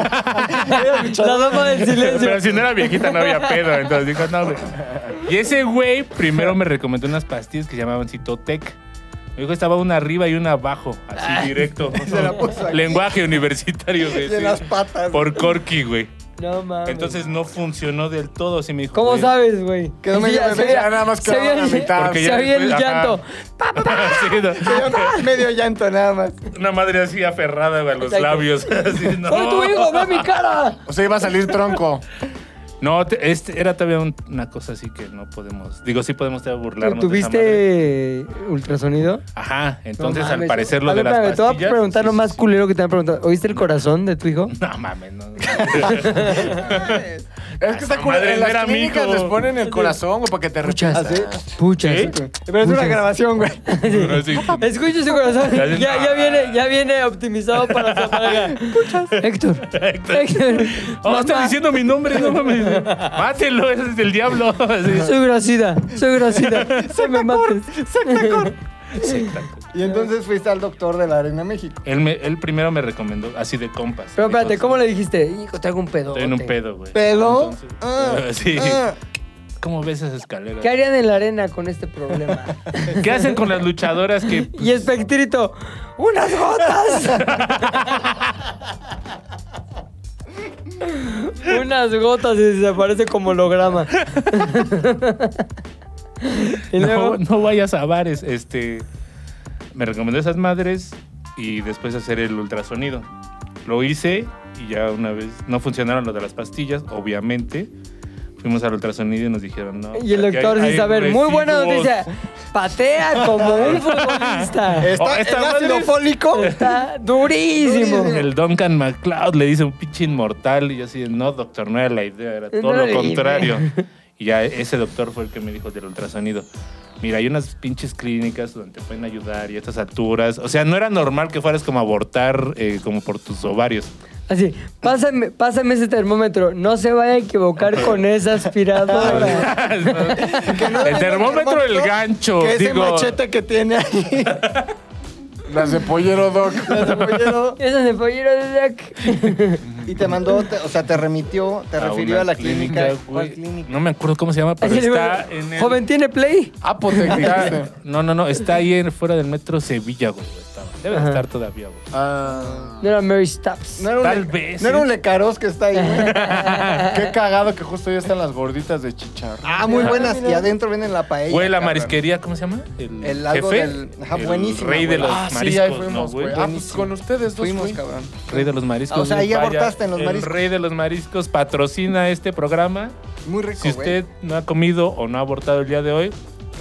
Speaker 3: la dama del silencio.
Speaker 4: Pero si no era viejita, no había pedo. Entonces dijo, no, güey. Y ese güey primero me recomendó unas pastillas que se llamaban Citotec. Me dijo, estaba una arriba y una abajo, así directo.
Speaker 5: se la puso aquí.
Speaker 4: Lenguaje universitario, güey.
Speaker 5: Y en
Speaker 4: sí.
Speaker 5: las patas.
Speaker 4: Por Corky, güey.
Speaker 3: No mames.
Speaker 4: Entonces pues, no funcionó del todo. Sí me dijo,
Speaker 3: ¿Cómo
Speaker 4: güey.
Speaker 3: sabes, güey?
Speaker 5: Quedó
Speaker 3: Sí,
Speaker 5: medio
Speaker 3: ya
Speaker 5: bebé,
Speaker 3: se veía-
Speaker 2: ya nada más
Speaker 3: se
Speaker 2: quedaba
Speaker 3: veía
Speaker 2: la
Speaker 3: el-
Speaker 2: mitad.
Speaker 4: Porque
Speaker 3: Se
Speaker 4: ya
Speaker 3: oía el
Speaker 4: después- ajá.
Speaker 3: llanto. Pa, pa, pa.
Speaker 4: Sí, no.
Speaker 5: Medio llanto nada más.
Speaker 4: Una madre así aferrada güey, a los
Speaker 3: Exacto.
Speaker 4: labios. Así, no.
Speaker 3: ¡Soy tu hijo! ¡Ve mi cara!
Speaker 2: O sea, iba a salir tronco.
Speaker 4: No, te- este era todavía un- una cosa así que no podemos. Digo, sí podemos todavía burlarnos. de esa madre.
Speaker 3: ¿Tuviste ultrasonido?
Speaker 4: Ajá, entonces
Speaker 3: No
Speaker 4: al
Speaker 3: mames.
Speaker 4: parecer lo
Speaker 3: A
Speaker 4: de
Speaker 3: ver,
Speaker 4: las
Speaker 3: espérame,
Speaker 4: pastillas.
Speaker 3: Te voy a preguntar
Speaker 4: sí,
Speaker 3: lo
Speaker 4: sí,
Speaker 3: más
Speaker 4: sí.
Speaker 3: culero que te han preguntado. ¿Oíste el corazón de tu hijo?
Speaker 4: No mames, no.
Speaker 2: Es que está
Speaker 4: Madre,
Speaker 2: curado. En
Speaker 4: no era
Speaker 2: las clínicas
Speaker 4: mico.
Speaker 2: les ponen el corazón, güey, para que te
Speaker 3: Puchas.
Speaker 2: repitas.
Speaker 3: ¿Ah, Puchas.
Speaker 4: ¿Sí?
Speaker 5: Pero es una grabación, güey.
Speaker 4: Así.
Speaker 3: Escucha su corazón.
Speaker 4: Ya dices,
Speaker 3: Ya, ya viene, ya viene optimizado para su pareja. Puchas. Héctor. Héctor.
Speaker 4: Oh, está
Speaker 3: mamá,
Speaker 4: diciendo mi nombre, no mames. Mátelo, ese es del diablo. Así.
Speaker 3: Soy grosida. Soy grosida. Se me mates.
Speaker 5: Y entonces fuiste al doctor de la Arena México.
Speaker 4: Él, me- él primero me recomendó, así de compas.
Speaker 3: Pero espérate,
Speaker 4: Dijo,
Speaker 3: ¿cómo le dijiste? Hijo, traigo un pedo.
Speaker 4: Estoy en un pedo, güey.
Speaker 5: ¿Pedo?
Speaker 4: Entonces,
Speaker 5: Ah,
Speaker 4: sí.
Speaker 5: ah.
Speaker 4: ¿Cómo ves esas escaleras?
Speaker 3: ¿Qué harían en la arena con este problema?
Speaker 4: ¿Qué hacen con las luchadoras que pues,
Speaker 3: y espectrito. ¡Unas gotas! Unas gotas y desaparece como holograma. y
Speaker 4: no,
Speaker 3: luego,
Speaker 4: no vayas a bares? Este, me recomendó esas madres y después hacer el ultrasonido. Lo hice y ya una vez no funcionaron lo de las pastillas, obviamente. Fuimos al ultrasonido y nos dijeron no.
Speaker 3: y el
Speaker 4: aquí hay-
Speaker 3: doctor
Speaker 4: hay
Speaker 3: sin saber. Muy buena
Speaker 4: residuos".
Speaker 3: noticia. patea como un futbolista.
Speaker 5: Está,
Speaker 4: Oh, está
Speaker 5: el
Speaker 4: mal
Speaker 5: ácido
Speaker 4: de-
Speaker 5: fólico.
Speaker 3: Está durísimo.
Speaker 4: El Duncan MacLeod le dice un pinche inmortal. Y yo así, no, doctor, no era la idea, era todo
Speaker 3: No
Speaker 4: lo
Speaker 3: era la idea.
Speaker 4: contrario. Y ya ese doctor fue el que me dijo del ultrasonido. Mira, hay unas pinches clínicas donde te pueden ayudar y a estas alturas. O sea, no era normal que fueras como a abortar eh, como por tus ovarios.
Speaker 3: Así, pásame, pásame ese termómetro. No se vaya a equivocar con esa
Speaker 5: Ah,
Speaker 3: aspiradora.
Speaker 4: el termómetro, el gancho.
Speaker 5: Que ese
Speaker 4: digo,
Speaker 5: machete que tiene ahí.
Speaker 2: Las de Pollero Doc.
Speaker 5: cebollero,
Speaker 3: Esa de pollero de Jack.
Speaker 5: y te mandó, te- o sea, te remitió, te
Speaker 4: a
Speaker 5: refirió
Speaker 4: una
Speaker 5: a la clínica. ¿Cuál
Speaker 4: güey.
Speaker 5: clínica?
Speaker 4: No me acuerdo cómo se llama, pero
Speaker 3: Así le digo,
Speaker 4: está en el...
Speaker 3: Joven, ¿tiene play?
Speaker 2: Apotec, dijiste.
Speaker 4: está- no, no, no, está ahí en- fuera del metro Sevilla, güey. estaba. Debe de
Speaker 3: Ajá.
Speaker 4: estar todavía, güey.
Speaker 2: Ah,
Speaker 3: No era Mary Stubbs.
Speaker 5: No era un,
Speaker 4: Tal
Speaker 5: le-
Speaker 4: vez,
Speaker 5: No era
Speaker 4: sí.
Speaker 5: un lecaros que está ahí, güey.
Speaker 2: qué cagado que justo ya están las gorditas de chicharro.
Speaker 5: Ah, muy buenas. Y adentro vienen la paella.
Speaker 4: Güey, la
Speaker 5: cabrón.
Speaker 4: marisquería, ¿cómo se llama?
Speaker 5: El algo del- ajá,
Speaker 4: el
Speaker 5: buenísima,
Speaker 4: rey de
Speaker 5: güey.
Speaker 4: los
Speaker 2: Ah,
Speaker 4: mariscos,
Speaker 2: sí, ahí fuimos,
Speaker 4: ¿no, güey?
Speaker 2: güey. Ah, pues con ustedes dos
Speaker 5: Fuimos,
Speaker 2: fui.
Speaker 5: cabrón.
Speaker 4: Rey de los mariscos.
Speaker 5: ah, O sea, ahí
Speaker 4: vaya,
Speaker 5: abortaste en los mariscos.
Speaker 4: El rey de los mariscos patrocina este programa.
Speaker 5: Muy rico,
Speaker 4: si
Speaker 5: Oh, güey.
Speaker 4: usted no ha comido o no ha abortado el día de hoy,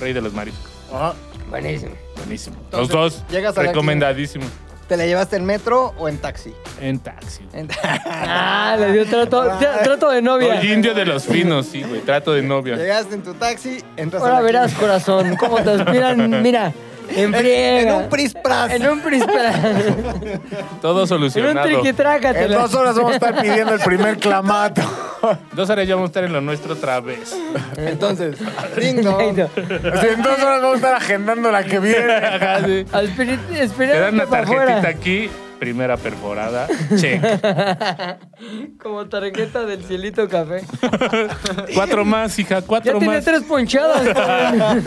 Speaker 4: rey de los mariscos.
Speaker 2: Ajá.
Speaker 3: Buenísimo.
Speaker 4: Buenísimo.
Speaker 5: Entonces,
Speaker 4: los dos
Speaker 5: llegas a la
Speaker 4: recomendadísimo.
Speaker 5: ¿Te la llevaste en metro o en taxi?
Speaker 4: En taxi. güey.
Speaker 5: En-
Speaker 3: Ah, le dio trato, tra- trato de novia.
Speaker 4: Soy indio de los finos, sí, güey. Trato de novia.
Speaker 5: Llegaste en tu taxi, entras a
Speaker 3: Ahora
Speaker 5: la
Speaker 3: verás,
Speaker 5: clínica.
Speaker 3: corazón, cómo te aspiran. Mira, en
Speaker 5: En,
Speaker 3: friega.
Speaker 5: en un prispras.
Speaker 3: En un prispra-
Speaker 4: Todo
Speaker 3: En un
Speaker 4: solucionado.
Speaker 2: En
Speaker 3: triquitrácatela.
Speaker 2: dos horas vamos a estar pidiendo el primer clamato.
Speaker 4: Dos horas ya vamos a estar en lo nuestro otra vez.
Speaker 5: Entonces, ding dong.
Speaker 2: O sea, en dos horas vamos a estar agendando la que viene.
Speaker 4: Ajá, sí. Te dan
Speaker 3: Esperando
Speaker 4: una
Speaker 3: para
Speaker 4: tarjetita
Speaker 3: afuera.
Speaker 4: aquí, primera perforada. Check.
Speaker 3: Como tarjeta del cielito café.
Speaker 4: Cuatro más, hija,
Speaker 3: Ya
Speaker 4: cuatro
Speaker 3: tiene
Speaker 4: más.
Speaker 3: tres ponchadas. cabrón.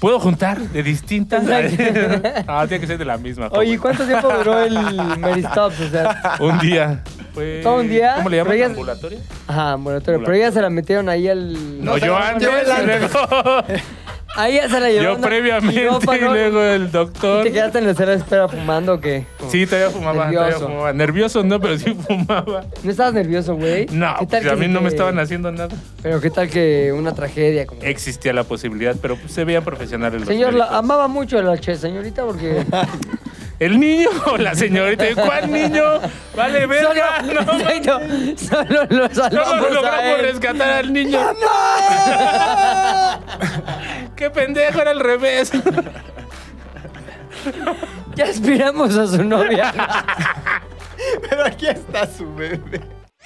Speaker 4: Puedo juntar de distintas.
Speaker 3: Exacto.
Speaker 4: ah, tiene que ser de la misma.
Speaker 3: Oye, ¿y
Speaker 4: joven.
Speaker 3: ¿cuánto tiempo duró el Mary Stops? O sea,
Speaker 4: Un día. Fue-
Speaker 3: ¿Todo un día?
Speaker 4: ¿Cómo le llaman?
Speaker 3: Pero ya-
Speaker 4: ¿Ambulatorio?
Speaker 3: ajá, moratorio. Pero ya se la metieron ahí al.
Speaker 4: No, yo antes.
Speaker 5: yo el antes.
Speaker 4: luego-
Speaker 3: Ahí ya se la
Speaker 4: yo
Speaker 3: llevaron. al
Speaker 4: previamente y
Speaker 3: quirófano.
Speaker 4: luego el doctor.
Speaker 3: ¿Te quedaste en la sala de espera fumando o qué?
Speaker 4: Sí, todavía fumaba, todavía
Speaker 3: Nervioso.
Speaker 4: fumaba. Nervioso no, pero sí fumaba.
Speaker 3: ¿No estabas nervioso, güey?
Speaker 4: No,
Speaker 3: ¿Qué
Speaker 4: pues, a mí
Speaker 3: se
Speaker 4: no me
Speaker 3: te-
Speaker 4: estaban haciendo nada.
Speaker 3: Pero qué tal que una tragedia como...
Speaker 4: Existía la posibilidad, pero pues, se veían profesionales los
Speaker 3: Señor,
Speaker 4: médicos.
Speaker 3: la, amaba mucho a la che, señorita, porque...
Speaker 4: ¿El niño o la señorita? ¿Cuál niño? Vale, verga.
Speaker 3: solo,
Speaker 4: No, no,
Speaker 3: Exacto, solo lo salvamos a
Speaker 4: logramos
Speaker 3: él.
Speaker 4: rescatar al niño. ¡Qué pendejo! Era al revés.
Speaker 3: Ya aspiramos a su novia.
Speaker 5: Pero aquí está su bebé.